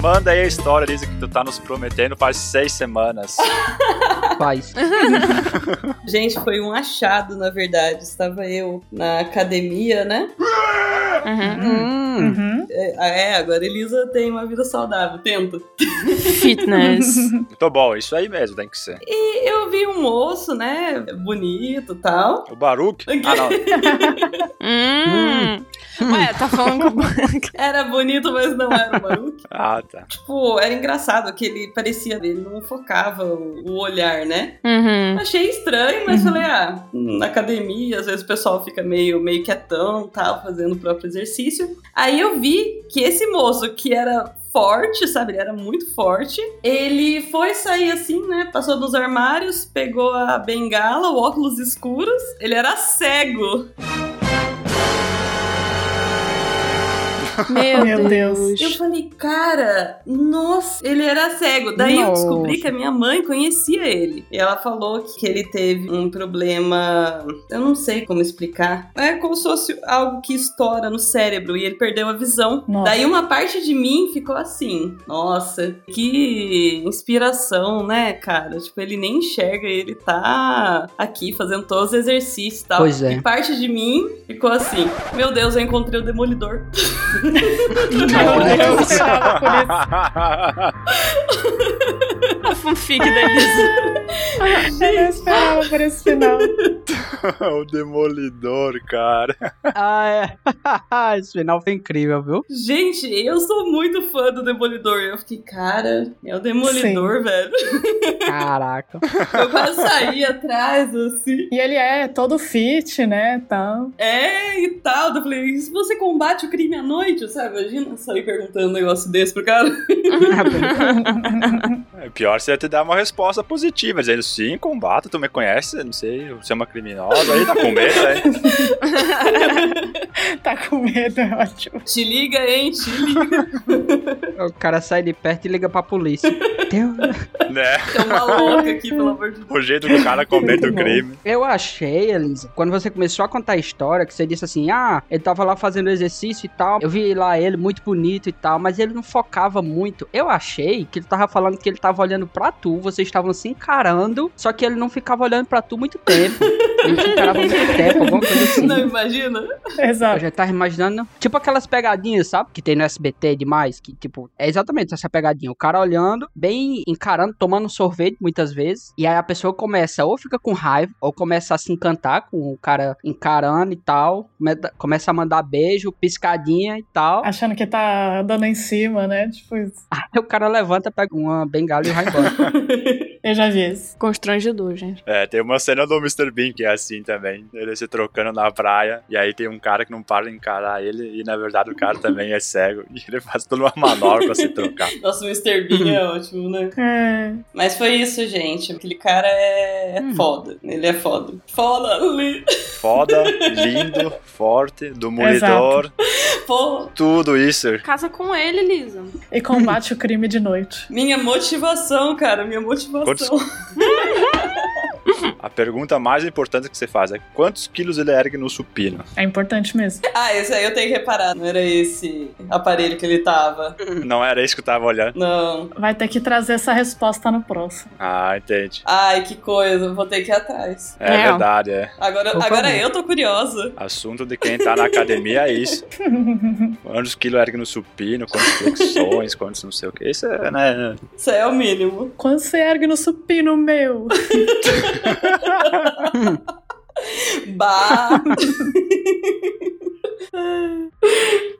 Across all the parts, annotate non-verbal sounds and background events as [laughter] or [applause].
manda aí a história, Lisa, que tu tá nos prometendo faz seis semanas. [laughs] Faz. Gente, foi um achado, na verdade. Estava eu na academia, né? Uhum. Hum, É, ah, é, agora Elisa tem uma vida saudável, tenta. [laughs] Fitness. Muito bom, isso aí mesmo, tem que ser. E eu vi um moço, né? Bonito e tal. O Baruque? Ah, não. Hum. Ué, tá falando com. Era bonito, mas não era o Baruch. Ah, tá. [laughs] tipo, era engraçado que ele parecia, ele não focava o o olhar, né? [laughs] Uhum. Achei estranho, mas falei, ah, na academia, às vezes o pessoal fica meio, meio quietão, tal, fazendo o próprio exercício. Aí eu vi que esse moço, que era forte, sabe, ele era muito forte, ele foi sair assim, né, passou dos armários, pegou a bengala, o óculos escuros, ele era cego. Meu, Meu Deus. Eu falei, cara, nossa, ele era cego. Daí eu Nossa. descobri que a minha mãe conhecia ele. E ela falou que ele teve um problema. Eu não sei como explicar. É como se fosse algo que estoura no cérebro e ele perdeu a visão. Nossa. Daí uma parte de mim ficou assim: nossa, que inspiração, né, cara? Tipo, ele nem enxerga, ele tá aqui fazendo todos os exercícios e tal. Pois é. E parte de mim ficou assim: meu Deus, eu encontrei o demolidor. [laughs] Meu né? [laughs] Deus. a fanfic da Elisa. Eu não esperava por esse final. [laughs] o Demolidor, cara. Ah, é. [laughs] Esse final foi incrível, viu? Gente, eu sou muito fã do Demolidor. Eu fiquei, cara, é o Demolidor, velho. [laughs] Caraca. Eu quase saí atrás, assim. E ele é todo fit, né? Tal. [laughs] É, e tal. Eu falei, e se você combate o crime à noite, sabe? Imagina sair perguntando um negócio desse pro cara. [laughs] É pior se eu te dar uma resposta positiva, dizendo sim, combata, tu me conhece, não sei, você é uma criminosa aí, tá com medo, né? [laughs] Tá com medo, é ótimo. Te liga, hein? Te liga. o cara sai de perto e liga pra polícia. Deus. né? Tem é uma louca aqui, pelo amor de Deus. [laughs] O jeito do cara comete o Muito bom. crime. Eu achei, Elisa, quando você começou a contar a história, que você disse assim: ah, ele tava lá fazendo exercício e tal. Eu vi lá ele muito bonito e tal, mas ele não focava muito. Eu achei que ele tava falando que ele tava olhando pra tu, vocês estavam se encarando, só que ele não ficava olhando pra tu muito tempo. Ele te encarava muito tempo, alguma coisa assim. Não imagina? Eu Exato. já tava imaginando, tipo aquelas pegadinhas, sabe? Que tem no SBT demais, que tipo, é exatamente essa pegadinha. O cara olhando, bem encarando, tomando sorvete muitas vezes. E aí a pessoa começa, ou fica com raiva, ou começa a se encantar com o cara encarando e tal. come- Começa a mandar beijo, piscadinha e tal. Achando que tá dando em cima, né? Tipo, isso. Aí o cara levanta, pega uma bengala e vai embora. eu já vi isso. Constrangedor, gente. É, tem uma cena do Mr. Bean que é assim também. Ele se trocando na praia, e aí tem um cara que não para de encarar ele, e na verdade o cara também é cego. [laughs] E ele faz toda uma manobra pra se trocar. Nossa, o Mr. Bean é ótimo, né? É. Mas foi isso, gente. Aquele cara é, é Hum. foda. Ele é foda. Foda, ali. [laughs] Foda, lindo, forte, demolidor, Foda. tudo isso. Casa com ele, Elisa. E combate o crime de noite. Minha motivação, cara. Minha motivação. A pergunta mais importante que você faz é quantos quilos ele ergue no [laughs] supino? É importante mesmo. [laughs] Ah, esse aí eu tenho que reparar. Não era esse aparelho que ele tava. Não era isso que eu tava olhando. Não. Vai ter que trazer essa resposta no próximo. Ah, entendi. Ai, que coisa. Vou ter que ir atrás. É É. verdade, é. Agora, Por agora favor. eu tô curiosa. Assunto de quem tá na academia é isso. Quantos quilos ergue no supino, quantas flexões, quantos não sei o que. Isso é, né? Isso aí é o mínimo. Quando você ergue no supino meu. Bah!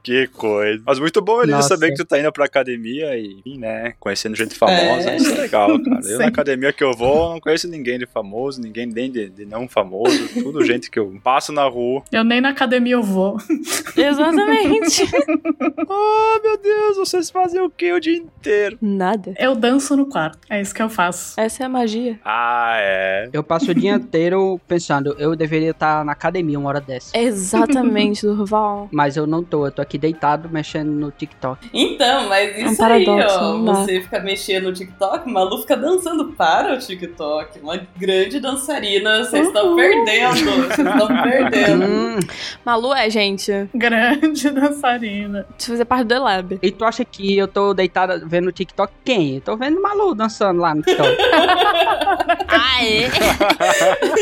Que coisa. Mas muito bom ele Nossa. saber que tu tá indo pra academia e, enfim, né? Conhecendo gente famosa. É. Isso é legal, cara. Eu Sim. na academia que eu vou, não conheço ninguém de famoso, ninguém nem de, de não famoso. Tudo gente que eu passo na rua. Eu nem na academia eu vou. Exatamente. Ah, meu Deus, vocês fazem o que o dia inteiro? [laughs] Nada. Eu danço no quarto. É isso que eu faço. Essa é a magia. Ah, é. Eu passo o dia inteiro pensando, eu deveria estar na academia uma hora [laughs] dessa. Exatamente, Durval. Mas eu não tô, eu tô aqui deitado mexendo no TikTok. Então, mas isso É um paradoxo, aí, ó. não dá. Você fica mexendo no TikTok, o Malu fica dançando para o TikTok. Uma grande dançarina. Vocês estão Uhul. perdendo. Vocês [laughs] estão perdendo. Hum, Malu é, gente. Grande [laughs] dançarina. Deixa eu fazer parte do Elab. sabe? E tu acha que eu tô deitada vendo no TikTok quem? Eu tô vendo Malu dançando lá no [laughs] TikTok. Ah, é?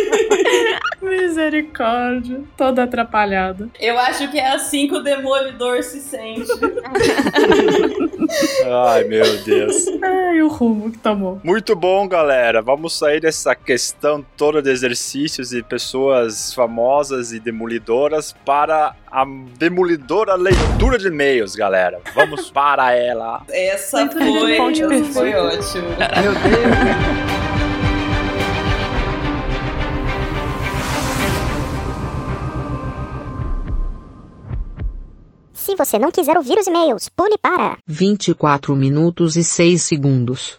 Misericórdia. Toda atrapalhada. Eu acho que é assim que o demolidor se sente. Ai, meu Deus. Ai, É, o rumo que tomou. Muito bom, galera. Vamos sair dessa questão toda de exercícios e pessoas famosas e demolidoras para a demolidora leitura de e-mails, galera. Vamos para ela. Essa Muito um bem, foi, ponte foi perfeita. ótimo. Meu Deus. Se você não quiser ouvir os e-mails, pule para 24 minutos e 6 segundos.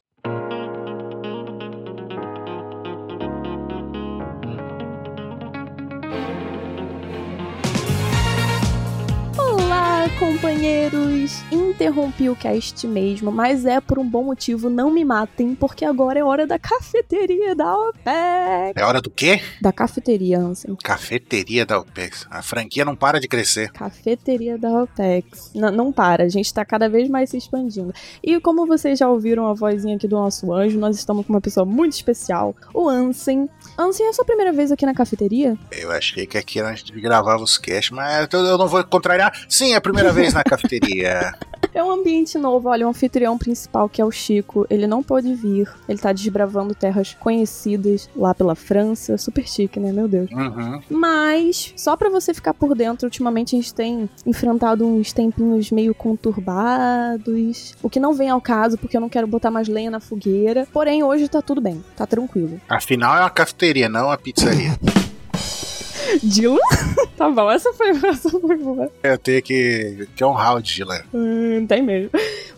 Olá, companheiros! Interrompi o cast mesmo, mas é por um bom motivo, não me matem, porque agora é hora da cafeteria da OPEC. É hora do quê? Da cafeteria, Ansem. Cafeteria da OPEX. A franquia não para de crescer. Cafeteria da Rotex. N- não para, a gente tá cada vez mais se expandindo. E como vocês já ouviram a vozinha aqui do nosso anjo, nós estamos com uma pessoa muito especial, o Ansem. Ansem, é a sua primeira vez aqui na cafeteria? Eu achei que aqui a gente gravava os cash, mas eu eu não vou contrariar. Sim, é a primeira vez na cafeteria. É um ambiente novo, olha, o anfitrião principal, que é o Chico, ele não pôde vir. Ele tá desbravando terras conhecidas lá pela França. Super chique, né? Meu Deus. Uhum. Mas, só pra você ficar por dentro, ultimamente a gente tem enfrentado uns tempinhos meio conturbados, o que não vem ao caso, porque eu não quero botar mais lenha na fogueira. Porém, hoje tá tudo bem, tá tranquilo. Afinal, é uma cafeteria, não uma pizzaria. Dylan? [laughs] tá bom, essa foi, essa foi boa. Eu tenho que, um que honrar o Dylan. Hum, tem mesmo.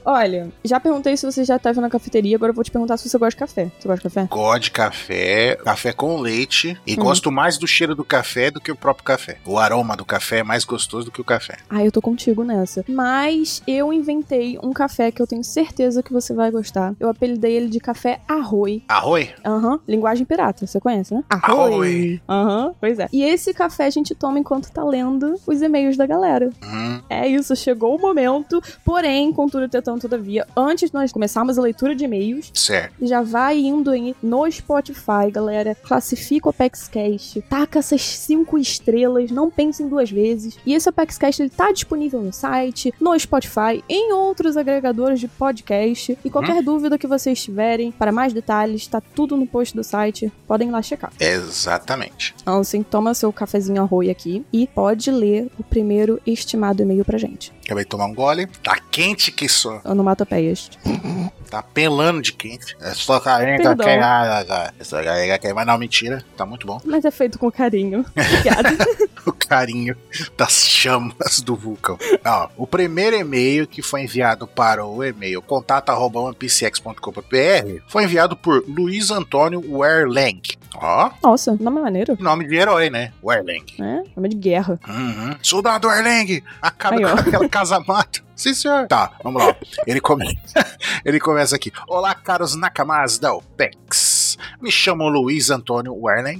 Olha, já perguntei se você já teve na cafeteria, agora eu vou te perguntar se você gosta de café. Você gosta de café? Gosto de café, café com leite. E Hum. gosto mais do cheiro do café do que o próprio café. O aroma do café é mais gostoso do que o café. Ah, eu tô contigo nessa. Mas eu inventei um café que eu tenho certeza que você vai gostar. Eu apelidei ele de café arroi. Arroi? Aham, linguagem pirata, você conhece, né? Arroi. Aham, pois é. E esse café a gente toma enquanto tá lendo os e-mails da galera. Hum, É isso, chegou o momento. Porém, contudo, tentando todavia, antes de nós começarmos a leitura de e-mails, certo. já vai indo aí no Spotify, galera. Classifica o ApexCast, taca essas cinco estrelas, não pense em duas vezes. E esse ApexCast, ele tá disponível no site, no Spotify, em outros agregadores de podcast. E qualquer dúvida que vocês tiverem, para mais detalhes, tá tudo no post do site. Podem ir lá checar. Exatamente. Ansem, Então, assim, toma seu cafezinho arroio aqui e pode ler o primeiro estimado e-mail pra gente. Acabei de tomar um gole. Tá quente que só. Onomatopeias. Tá pelando de quente. É só careca Perdão. queimada. É só careca queimada. Não, mentira. Tá muito bom. [laughs] Mas é feito com [laughs] carinho. Obrigada. O carinho das chamas do vulcão. Ó, o primeiro e-mail que foi enviado para o e-mail contato.pcx.com.br foi enviado por Luiz Antônio Werlang. Ó, Nossa, nome maneiro. nome de herói, né? Werlang. Né? Nome de guerra. Uhum. Soldado Erlang, acaba Aí, com ó. [laughs] aquela casamata. Sim, senhor. Tá, vamos lá. Ele começa. [laughs] Ele começa aqui. Olá, caros Nakamas da OPEX. Me chamo Luiz Antônio Werlang.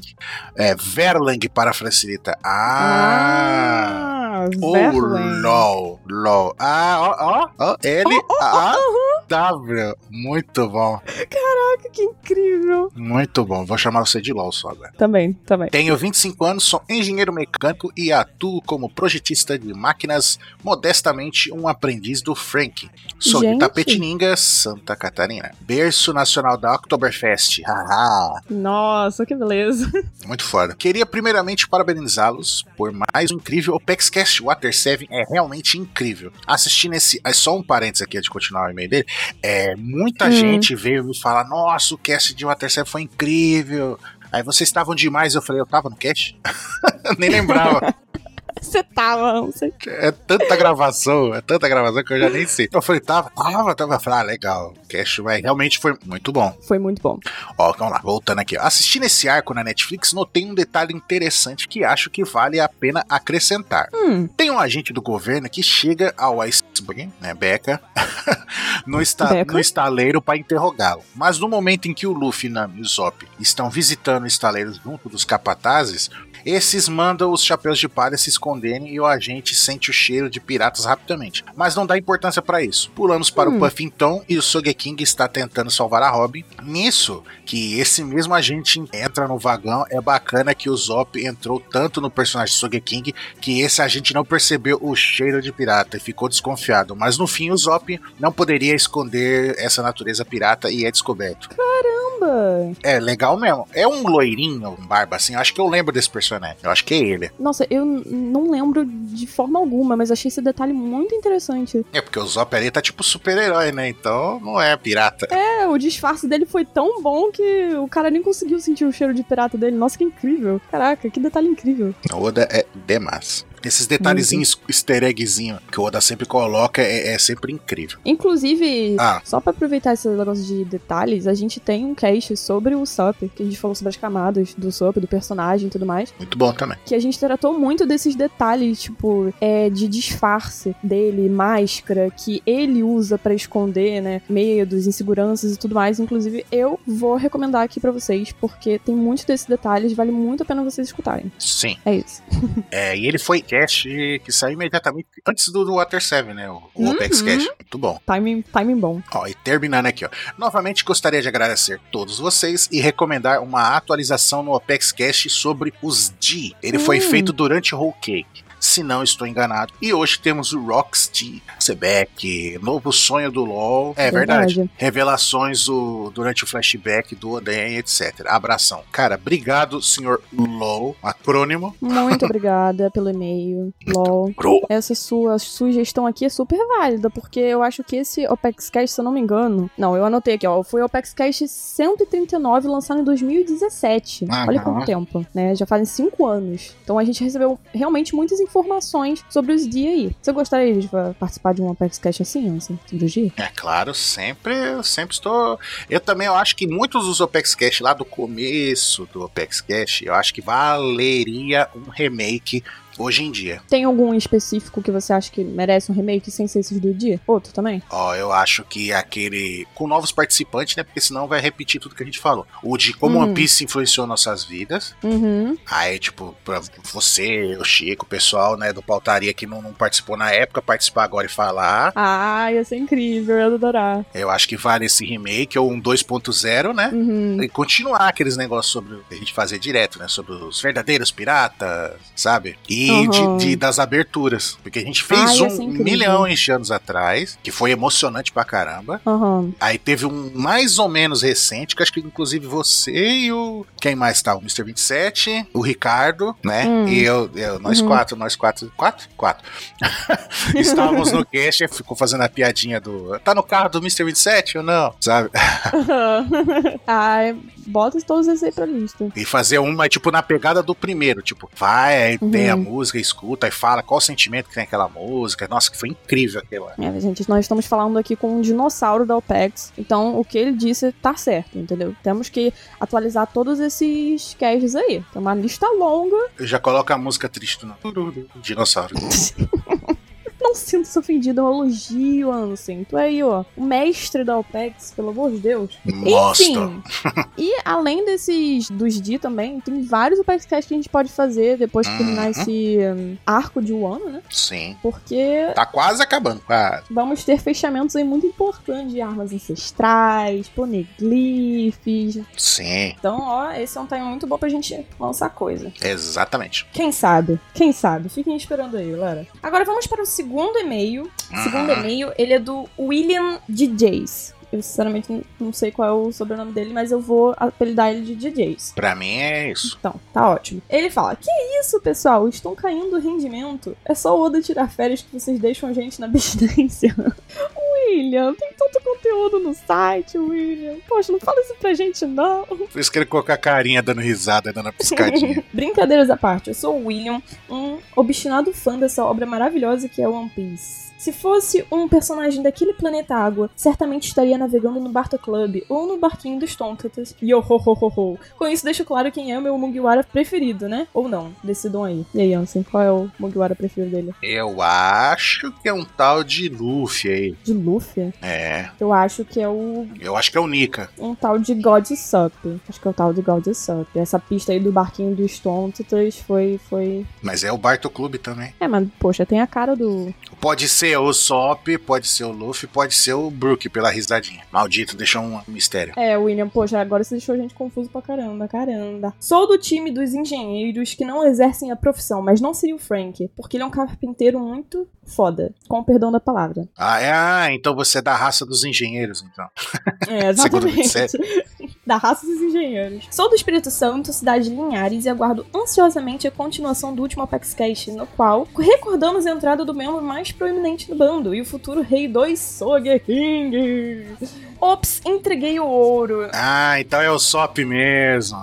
É, Verlang para a Francilita. Ah! Oh, Verlaine. LOL, LOL. Ah, ó, ó, ó, Oh, L, A, uh-huh. W. Muito bom, Caraca, que incrível. muito bom. Vou chamar você de LOL só agora. Também, também. Tenho 25 anos, sou engenheiro mecânico e atuo como projetista de máquinas, modestamente um aprendiz do Frank. Sou de Gente. Itapetininga, Santa Catarina. Berço nacional da Oktoberfest. Haha, Nossa, que beleza. muito foda. Queria primeiramente parabenizá-los por mais um incrível OpexCast Water 7 é realmente incrível. Assistindo esse, é só um parênteses aqui antes de continuar o e-mail dele, é, muita Hum. gente veio me falar, nossa, o cast de Water 7 foi incrível. Aí vocês estavam demais, eu falei, eu tava no cast? [laughs] Nem lembrava. [laughs] Você tava, não sei. É tanta gravação, é tanta gravação que eu já nem sei. Eu falei, tava, tava, tava. Eu falei, ah, legal. Cash, mas realmente foi muito bom. Foi muito bom. Ó, então vamos lá, voltando aqui. ó. Assistindo esse arco na Netflix, notei um detalhe interessante que acho que vale a pena acrescentar. Hum. Tem um agente do governo que chega ao iceberg, né, Becca, [laughs] no, esta Becca? no estaleiro para interrogá-lo. Mas no momento em que o Luffy, Nami e o Zop estão visitando o estaleiro junto dos capatazes, Esses mandam os chapéus de palha se esconderem e o agente sente o cheiro de piratas rapidamente. Mas não dá importância pra isso. Pulamos para o Hum. Puffington e o Sogeking está tentando salvar a Robin. Nisso, que esse mesmo agente entra no vagão, é bacana que o Zop entrou tanto no personagem Sogeking que esse agente não percebeu o cheiro de pirata e ficou desconfiado. Mas no fim, o Zop não poderia esconder essa natureza pirata e é descoberto. Caramba! É legal mesmo. É um loirinho, um barba assim. Eu acho que eu lembro desse personagem. Eu acho que é ele. Nossa, eu n- não lembro de forma alguma, mas achei esse detalhe muito interessante. É porque o Zop ali tá tipo super-herói, né? Então não é pirata. É, o disfarce dele foi tão bom que o cara nem conseguiu sentir o cheiro de pirata dele. Nossa, que incrível. Caraca, que detalhe incrível. O Oda é demais. Esses detalhezinhos, easter eggzinho que o Oda sempre coloca é, é sempre incrível. Inclusive, Ah. só pra aproveitar esse negócio de detalhes, a gente tem um cast sobre o Sup, que a gente falou sobre as camadas do Sup, do personagem e tudo mais, Muito bom também. que a gente tratou muito desses detalhes, tipo, é, de disfarce dele, máscara, que ele usa pra esconder, né, medos, inseguranças e tudo mais. Inclusive, eu vou recomendar aqui pra vocês, porque tem muitos desses detalhes, vale muito a pena vocês escutarem. Sim. É isso. É, e ele foi cast que saiu imediatamente antes do, do Water 7, né? O, o Uhum. Opex Cash. Muito bom. Timing, timing bom. Ó, e terminando aqui, ó. Novamente gostaria de agradecer todos vocês e recomendar uma atualização no Opex Cash sobre os D. Ele foi Hum. feito durante Whole Cake. Se não estou enganado. E hoje temos o Roxy, Sebeck, novo sonho do LOL. É verdade. Revelações do- durante o flashback do Oden, etc. Abração. Cara, obrigado, senhor LOL, acrônimo. Muito obrigada pelo e-mail. LOL. Bro. Essa sua sugestão aqui é super válida, porque eu acho que esse OpexCast, se eu não me engano. Não, eu anotei aqui, ó. Foi o OpexCast 139, lançado em 2017. Aham. Olha quanto tempo, né? Já fazem cinco anos. Então a gente recebeu realmente muitas informações sobre os dias aí. Você gostaria de eh, participar de um OpexCast assim, assim, sobre os dias? É claro, sempre, eu sempre estou. Eu também eu acho que muitos dos Opex Cash lá do começo do Opex Cash, eu acho que valeria um remake hoje em dia. Tem algum em específico que você acha que merece um remake sem ser esses do dia? Outro também? Ó, eu acho que aquele com novos participantes, né? Porque senão vai repetir tudo que a gente falou. O de como Uhum. One Piece influenciou nossas vidas. Uhum. Aí, tipo, pra você, o Chico, o pessoal, né, do Pautaria que não, não participou na época, participar agora e falar. Ah, ia ser incrível, eu ia adorar. Eu acho que vale esse remake ou um 2.0, né? Uhum. E continuar aqueles negócios sobre o que a gente fazia direto, né? Sobre os verdadeiros piratas, sabe? E Uhum. de, de- das aberturas. Porque a gente fez Ai, ia ser um incrível. milhão de anos atrás, que foi emocionante pra caramba. Aham. [laughs] Aí teve um mais ou menos recente, que acho que inclusive você e o. Quem mais tá? O Mr. 27, o Ricardo, né? Hum. E eu, eu- nós Uhum. quatro, nós quatro. Quatro? Quatro. [laughs] Estávamos no cast, ficou fazendo a piadinha do. Tá no carro do Mr. 27 ou não? Sabe? Ai, bota todos esses aí pra lista. E fazer uma, tipo, na pegada do primeiro. Tipo, vai, aí Uhum. tem a música, escuta e fala qual o sentimento que tem aquela música. Nossa, que foi incrível aquela. É, gente, nós estamos falando aqui com um dinossauro da OPEX, então o que ele disse tá certo, entendeu? Temos que atualizar todos esses casts aí. Tem uma lista longa. Eu já coloco a música triste no dinossauro. Não sinto-se ofendido, é um elogio, Ansem. Tu é aí, ó, o mestre da OPEX, pelo amor de Deus. Mostra. Enfim. e além desses dos D também, tem vários OPEX casts que a gente pode fazer depois que terminar Uhum. esse hum, arco de um ano, né? Sim. Porque Tá quase acabando. Ah, quase. Vamos ter fechamentos aí muito importantes de armas ancestrais, poneglyphs. Sim, Então, ó, esse é um time muito bom pra gente lançar coisa. exatamente. Quem sabe? Quem sabe? Fiquem esperando aí, galera. Agora vamos para o segundo e-mail. O segundo Uhum. e-mail, ele é do William DJs. Eu sinceramente n- não sei qual é o sobrenome dele, mas eu vou apelidar ele de DJs. Pra mim é isso. Então, tá ótimo. Ele fala: Que isso, pessoal? Estão caindo o rendimento? É só o Oda tirar férias que vocês deixam a gente na abstinência. [laughs] William, tem tanto conteúdo no site, William. Poxa, não fala isso pra gente, não. Por isso que ele colocou a carinha dando risada, dando [laughs] a piscadinha. Brincadeiras à parte, eu sou o William, um obstinado fã dessa obra maravilhosa que é One Piece. Se fosse um personagem daquele planeta água, certamente estaria navegando no Barto Club ou no barquinho dos Tonkatas. Yo ho ho ho ho. Com isso deixo claro quem é o meu Mugiwara preferido, né? Ou não, decidam aí. E aí, Ansem, qual é o Mugiwara preferido dele? Eu acho que é um tal de Luffy aí. De Lúfia, É, eu acho que é o eu acho que é o Nika. um tal de God Sup. Acho que é o tal de God Sup. Essa pista aí do barquinho dos Tontitas foi, foi. Mas é o Barto Clube também. É, mas, poxa, tem a cara do. Pode ser o Sop, pode ser o Luffy, pode ser o Brook pela risadinha. Maldito, deixou um mistério. É, William, poxa, agora você deixou a gente confuso pra caramba, caramba. Sou do time dos engenheiros que não exercem a profissão, mas não seria o Frank, porque ele é um carpinteiro muito foda. Com o perdão da palavra. Ah, é, ah, então você é da raça dos engenheiros, então. É, Segundo exatamente. você. [laughs] da raça dos engenheiros. Sou do Espírito Santo, cidade de Linhares, e aguardo ansiosamente a continuação do último Apex Cash, no qual recordamos a entrada do membro mais proeminente do bando e o futuro rei dos Sogeking. Ops, entreguei o ouro. Ah, então é o Sop mesmo.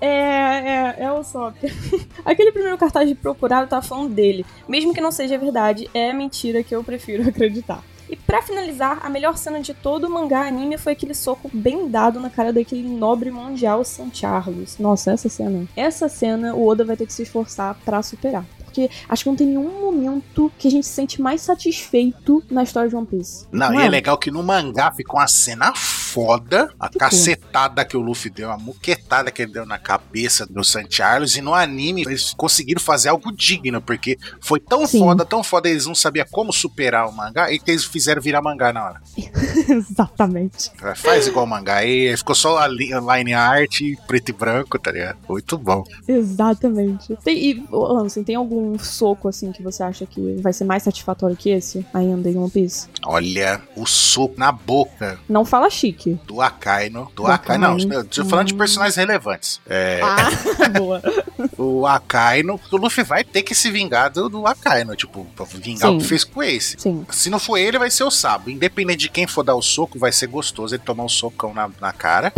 É, é, é o Sop. [laughs] Aquele primeiro cartaz de procurar, eu tava falando dele. Mesmo que não seja verdade, é mentira que eu prefiro [laughs] acreditar. E pra finalizar, a melhor cena de todo o mangá anime foi aquele soco bem dado na cara daquele nobre mundial São Charles. Nossa, essa cena. Essa cena o Oda vai ter que se esforçar pra superar. Porque acho que não tem nenhum momento que a gente se sente mais satisfeito na história de One Piece. Não, e é? é legal que no mangá ficou uma cena foda, a Ficou. cacetada que o Luffy deu, a muquetada que ele deu na cabeça do San Charles, e no anime eles conseguiram fazer algo digno, porque foi tão Sim. foda, tão foda, eles não sabiam como superar o mangá, e que eles fizeram virar mangá na hora. [laughs] Exatamente. É, Faz É. igual o mangá, aí ficou só a li- a line art, preto e branco, tá ligado? Muito bom. Exatamente. Tem, e, ô, Ansem, tem algum soco assim que você acha que vai ser mais satisfatório que esse ainda em One Piece? Olha o soco na boca Não fala chique. do Akaino. Do Do Akaino, não, Akainu. eu tô falando de Hum. personagens relevantes. É, Ah, [laughs] boa. [laughs] o Akaino, o Luffy vai ter que se vingar do, do Akaino, tipo, pra vingar o que Sim. fez com o Ace. Sim. Se não for ele, vai ser o Sabo. Independente de quem for dar o soco, vai ser gostoso ele tomar um socão na, na cara.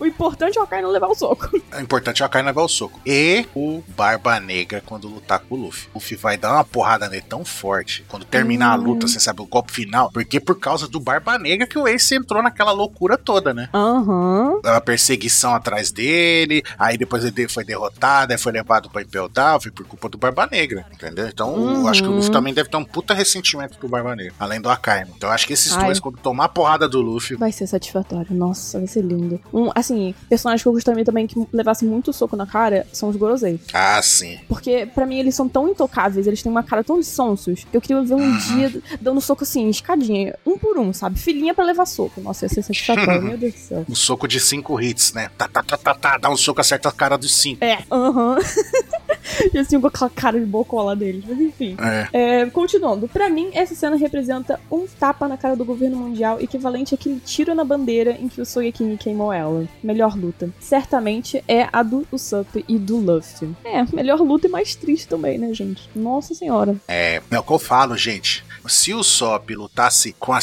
O importante é o Kai não levar o soco. O importante é o Akaino levar o soco. E o Barba Negra quando lutar com o Luffy. O Luffy vai dar uma porrada nele tão forte. Quando terminar a luta, Hum. você sabe, o golpe final. Porque por causa do Barba Negra que o Ace entrou naquela loucura toda, né? Aham. uma perseguição atrás dele, aí depois ele foi derrotado, aí foi levado pra Impel Down, foi por culpa do Barba Negra, entendeu? Então eu Uhum. acho que o Luffy também deve ter um puta ressentimento pro Barba Negra, além do Akainu. Então eu acho que esses Ai. dois, quando tomar a porrada do Luffy, Vai ser satisfatório. Nossa, vai ser lindo. Um, assim, personagem que eu gostaria também que levasse muito soco na cara são os Gorosei. ah, sim. Porque, pra mim, eles são tão intocáveis, eles têm uma cara tão de sonsos, que eu queria ver um dia dando soco assim, escadinha, um por um, sabe? Filhinha pra levar soco. Nossa, ia ser satisfatório. Meu Deus do céu. Um soco de cinco hits, né? Tá, tá, tá, tá, tá, dá um soco, acerta a cara dos cinco. É, aham. [laughs] e assim, com aquela cara de bocola dele. Mas enfim. É. É, continuando, pra mim, essa cena representa um tapa na cara do governo mundial, equivalente àquele tiro na bandeira em que o Soyekini queimou ela. Melhor luta. Certamente é a do Usopp e do Luffy. É, melhor luta e mais triste também, né, gente? Nossa senhora. É, é o que eu falo, gente. Se o Sop lutasse com a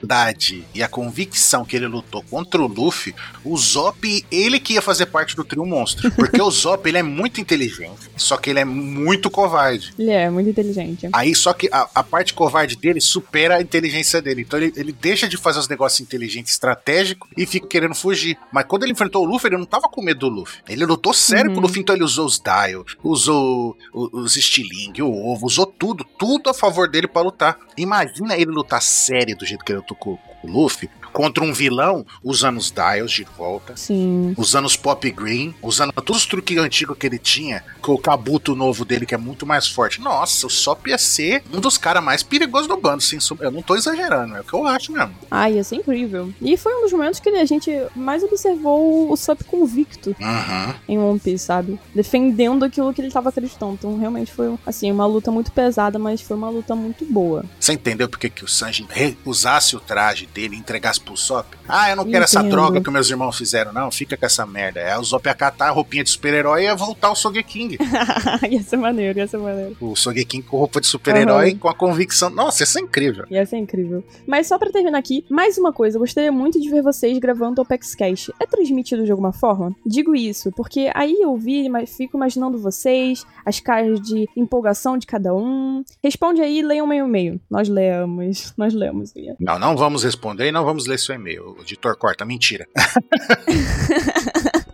seriedade e a convicção que ele lutou contra o Luffy, o Zop, ele que ia fazer parte do trio monstro. Porque o Zop, ele é muito inteligente, só que ele é muito covarde. Ele é muito inteligente. Aí, só que a, a parte covarde dele supera a inteligência dele. Então, ele, ele deixa de fazer os negócios inteligentes, estratégicos, e fica querendo fugir. Mas quando ele enfrentou o Luffy, ele não tava com medo do Luffy. Ele lutou sério Uhum. com o Luffy, então ele usou os Dial, usou o- os Stiling, o ovo, usou tudo, tudo a favor dele pra lutar. Imagina ele lutar sério do jeito que ele lutou com, com o Luffy, contra um vilão, usando os Dials de volta Sim. usando os Pop Green, usando todos os truques antigos que ele tinha, com o Kabuto novo dele, que é muito mais forte. Nossa, o Sop ia ser um dos caras mais perigosos do bando, sem som- Eu não tô exagerando, é o que eu acho mesmo. Ai, ia ser incrível. E foi um dos momentos que a gente mais observou o Usopp convicto Uhum. em One Piece, sabe? Defendendo aquilo que ele tava acreditando. Então, realmente foi, assim, uma luta muito pesada, mas foi uma luta muito boa. [laughs] Você entendeu porque que o Sanji recusasse o traje dele e entregasse pro Sop? Ah, eu não quero essa Entendo. droga que meus irmãos fizeram, não. Fica com essa merda. É, o Sop ia catar a roupinha de super-herói e ia voltar o Sogeking. ia ser maneiro, ia ser maneiro. o Sogeking com roupa de super-herói, Uhum. com a convicção. Nossa, isso é incrível. Ia ser incrível. Mas só pra terminar aqui, mais uma coisa. Eu gostaria muito de ver vocês gravando o Opex Cash. É transmitido de alguma forma? Digo isso, porque aí eu vi, mas fico imaginando vocês, as caras de empolgação de cada um. Responde aí, leiam meio meio. Nós lemos, nós lemos. Lia. Não, não vamos responder e não vamos ler seu e-mail. O editor corta, mentira.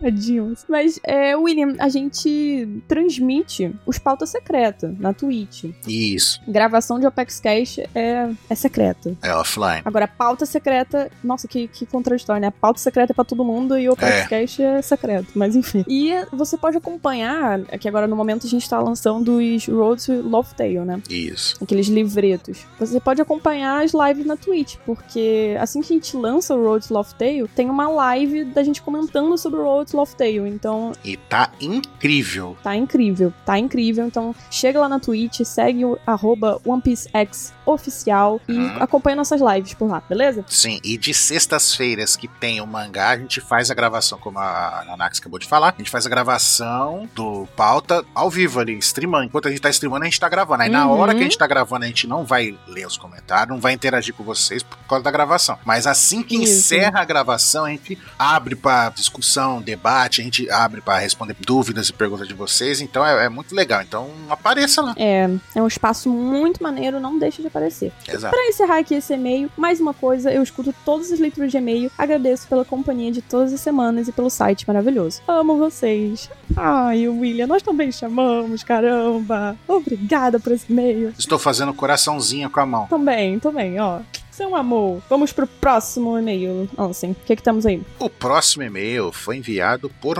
Tadinho. Mas, é, William, a gente transmite os pautas secreta na Twitch. Isso, Gravação de Opex Cash é, é secreta. é offline. Agora, pauta secreta. Nossa, que, que contraditório, né? Pauta secreta é pra todo mundo e o É. podcast é. secreto, mas enfim. E você pode acompanhar, é que agora no momento a gente tá lançando os Road to Love Tale, né? Isso. Aqueles livretos. Você pode acompanhar as lives na Twitch, porque assim que a gente lança o Road to Love Tale, tem uma live da gente comentando sobre o Road to Love Tale. Então E tá incrível. Tá incrível, tá incrível. Então chega lá na Twitch, segue o arroba OnePieceX oficial e Uhum. acompanha nossas lives por lá, beleza? Sim, e de sextas-feiras que tem o mangá, a gente faz a gravação, como a Nanax acabou de falar, a gente faz a gravação do pauta ao vivo ali, streamando. Enquanto a gente tá streamando, a gente tá gravando. Aí na Uhum. hora que a gente tá gravando, a gente não vai ler os comentários, não vai interagir com vocês por causa da gravação. Mas assim que Isso. encerra a gravação, a gente abre pra discussão, debate, a gente abre pra responder dúvidas e perguntas de vocês. Então é, é muito legal. Então apareça lá. É, é um espaço muito maneiro, não deixa de aparecer. Exato. Pra encerrar aqui esse e-mail, mais uma coisa, eu escuto todas as leituras de e-mail, agradeço pela companhia de todas as semanas e pelo site maravilhoso. Amo vocês. Ai, William, nós também chamamos, caramba. Obrigada por esse e-mail. Estou fazendo coraçãozinho com a mão. Também, também, ó. Você é um amor. Vamos pro próximo e-mail, Ansem. O que que estamos aí? O próximo e-mail foi enviado por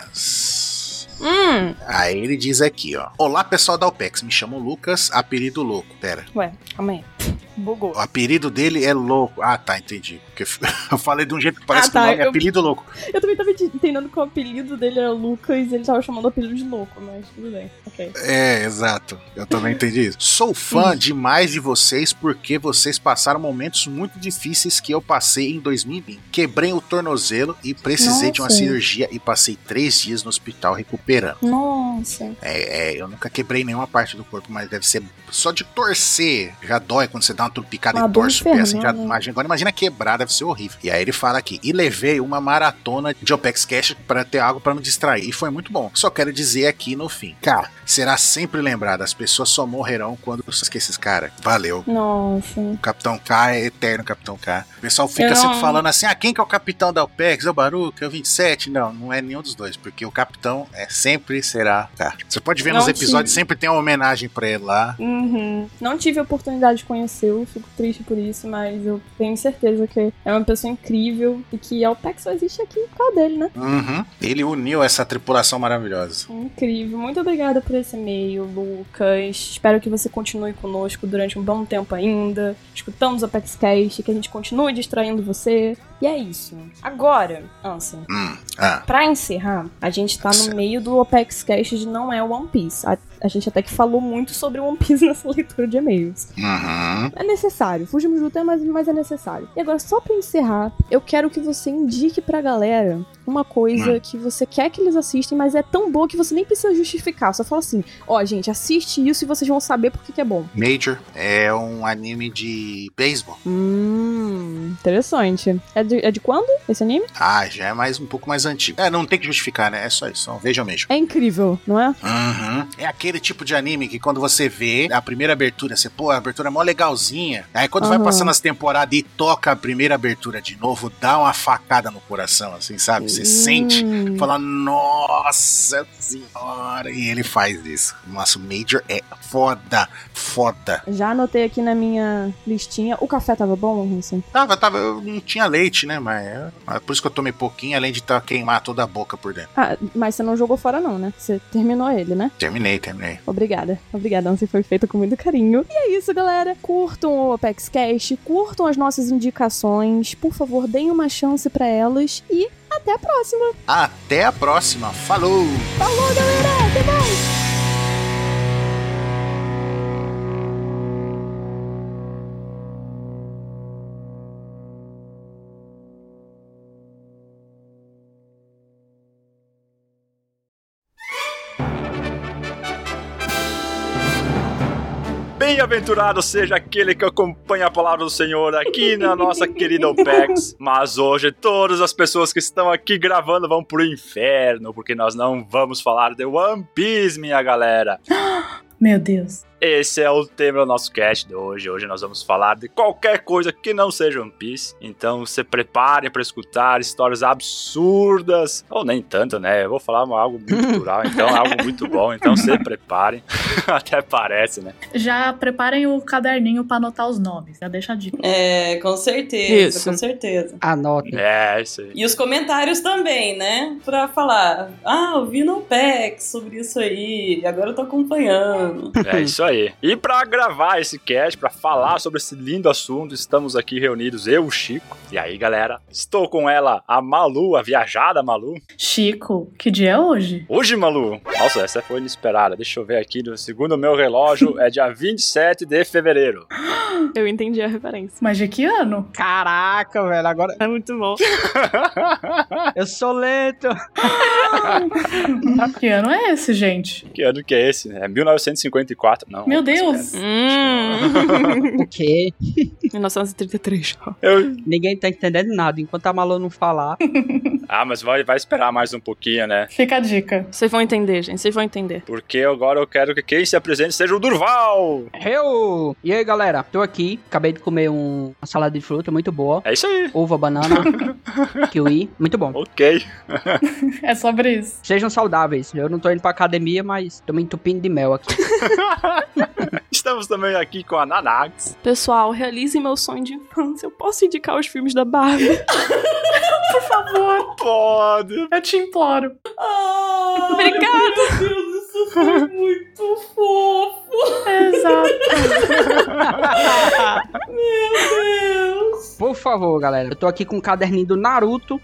Lucas. Hum, Aí ele diz aqui, ó. Olá, pessoal da OPEX. Me chamo Lucas, apelido louco. Pera. ué, calma aí. Bugou. O apelido dele é louco. Ah, tá, entendi. Porque [laughs] eu falei de um jeito que parece Ah, tá, que o nome é eu- apelido louco. Eu também tava entendendo que o apelido dele era Lucas e ele tava chamando o apelido de louco, mas tudo bem. Ok. É, exato. Eu também entendi isso. Sou fã demais de vocês porque vocês passaram momentos muito difíceis que eu passei em 2020. Quebrei o tornozelo e precisei de uma Nossa. cirurgia e passei três dias no hospital recuperando. Nossa. É, é, eu nunca quebrei nenhuma parte do corpo, mas deve ser só de torcer. Já dói quando você dá uma trupicada Uma e dor torce o pé. Assim, já, infernal, né? imagina, agora imagina quebrar, deve ser horrível. E aí ele fala aqui: e levei uma maratona de Opex Cash pra ter algo pra me distrair. E foi muito bom. Só quero dizer aqui no fim: cara, será sempre lembrado. As pessoas só morrerão quando você esquece esse cara. Valeu. Nossa. O Capitão K é eterno Capitão K. O pessoal fica Eu sempre não- falando assim: ah, quem que é o capitão da OPEX? É o Baruca? É o 27? Não, não é nenhum dos dois, porque o capitão é sempre será K. Você pode ver nos Não episódios, sempre tem uma homenagem pra ele lá. Uhum. Não tive a oportunidade de conhecê-lo, fico triste por isso, mas eu tenho certeza que é uma pessoa incrível e que a OPEC só existe aqui por causa dele, né? Uhum. Ele uniu essa tripulação maravilhosa. Incrível. Muito obrigada por esse e-mail, Lucas. Espero que você continue conosco durante um bom tempo ainda, escutando os ApexCast, que a gente continue distraindo você. E é isso. Agora, Ansem, Hum. Ah. pra encerrar, a gente tá no Certo. meio do ApexCast de Não É One Piece. A, a gente até que falou muito sobre One Piece [laughs] nessa leitura de e-mails. Uhum. É necessário. Fugimos do tema, mas- mas é necessário. E agora, só pra encerrar, eu quero que você indique pra galera uma coisa que você quer que eles assistem, mas é tão boa que você nem precisa justificar. Só fala assim: ó, gente, assiste isso e vocês vão saber por que que é bom. Major é um anime de beisebol. Hum, interessante. É de, é de quando esse anime? Ah, já é mais um pouco mais antigo. É, não tem que justificar, né? É só isso. Então, Vejam mesmo. É incrível, não é? Uhum. É aquele tipo de anime que quando você vê a primeira abertura, você, pô, a abertura é mó legalzinha. Aí quando vai Aham. passando as temporadas e toca a primeira abertura de novo, dá uma facada no coração, assim, sabe? Você sente, Hum. fala, nossa senhora. E ele faz isso. Nossa, o Major é foda, foda. Já anotei aqui na minha listinha. O café tava bom, Hansen? Tava, tava, eu não tinha leite, né? Mas é, é por isso que eu tomei pouquinho, além de tá, queimar toda a boca por dentro. Ah, mas você não jogou fora, não, né? Você terminou ele, né? Terminei, terminei. Obrigada. Obrigada, Anse, foi feita com muito carinho. E é isso, galera. Curtam o Apex Cash, curtam as nossas indicações. Por favor, deem uma chance pra elas e até a próxima. Até a próxima. Falou! [laughs] Falou, galera! Até mais! Bem-aventurado seja aquele que acompanha a palavra do Senhor aqui na nossa querida OPEX. Mas hoje todas as pessoas que estão aqui gravando vão pro inferno, porque nós não vamos falar de One Piece, minha galera. Meu Deus. Esse é o tema do nosso cast de hoje. Hoje nós vamos falar de qualquer coisa que não seja One Piece. Então se preparem para escutar histórias absurdas, ou nem tanto, né? Eu vou falar uma- algo muito plural, então algo muito bom. Então se preparem. [laughs] Até parece, né? Já preparem o caderninho pra anotar os nomes. Já deixa a dica. É, com certeza, Isso. com certeza. Anotem. É, isso aí. E os comentários também, né? Pra falar, ah, eu vi no PEC sobre isso aí, agora eu tô acompanhando. É isso aí. E pra gravar esse cast, pra falar sobre esse lindo assunto, estamos aqui reunidos eu, o Chico. E aí, galera? Estou com ela, a Malu, a viajada Malu. Chico, que dia é hoje? Hoje, Malu. Nossa, essa foi inesperada. Deixa eu ver aqui, no segundo o meu relógio, é [laughs] dia 27 de fevereiro. Eu entendi a referência. Mas de que ano? Caraca, velho, agora É muito bom. eu sou lento. que ano é esse, gente? que ano que é esse? né? É 1954? Não. Meu Deus! espera. Hum. O quê? 1933. Eu- Ninguém tá entendendo nada. Enquanto a Malu não falar, Ah, mas vai, vai esperar mais um pouquinho, né? Fica a dica. Vocês vão entender, gente. Vocês vão entender. Porque agora eu quero que quem se apresente seja o Durval. eu! E aí, galera? Tô aqui, acabei de comer um- uma salada de fruta muito boa. É isso aí. Uva, [laughs] banana, kiwi, muito bom. Ok. [laughs] É sobre isso. Sejam saudáveis. Eu não tô indo pra academia, mas tô me entupindo de mel aqui. Estamos também aqui com a Nanax. Pessoal, realize meu sonho de infância. Eu posso indicar os filmes da [laughs] Barbie? Por favor, Pode. eu te imploro. Ah, Obrigada. Meu Deus, isso foi muito fofo, [laughs] Exato. meu Deus. Por favor, galera. Eu tô aqui com um caderninho do [laughs] Naruto.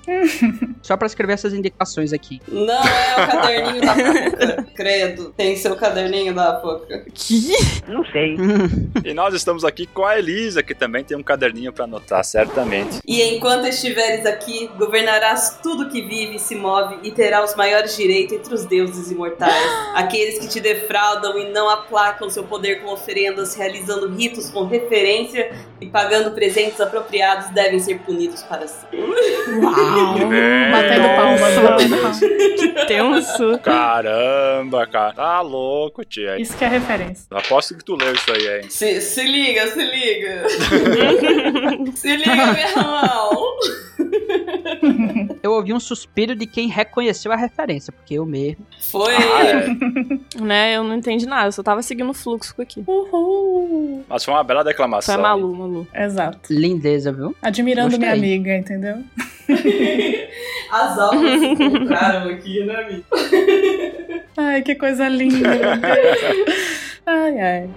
só pra escrever essas indicações aqui. Não é o caderninho da Poca. [laughs] Credo, tem seu caderninho da Poca. Que? E nós estamos aqui com a Elisa, que também tem um caderninho pra anotar, certamente. E enquanto estiveres aqui, governarás tudo que vive e se move e terá os maiores direitos entre os deuses imortais. Aqueles que te defraudam e não aplacam seu poder com oferendas, realizando ritos com referência e pagando presentes apropriados, devem ser punidos para sempre. Uau! É, Batendo palmas, nossa. batendo palmas. Tenso. Caramba, cara. Tá louco, tia. Isso que é referência. Aposto que tu leu isso aí, hein? Se, se liga, se liga. se liga, meu irmão. Eu ouvi um suspiro de quem reconheceu a referência, porque eu mesmo. Foi. Ah, é. né? Eu não entendi nada. Eu só tava seguindo o fluxo aqui. Uhul! Mas foi uma bela declamação. Foi Malu, Malu. Exato. Lindeza, viu? Admirando minha Gostei. amiga, entendeu? As almas se encontraram aqui, né, amiga? Ai, que [laughs] coisa linda. meu Deus. ai, ai.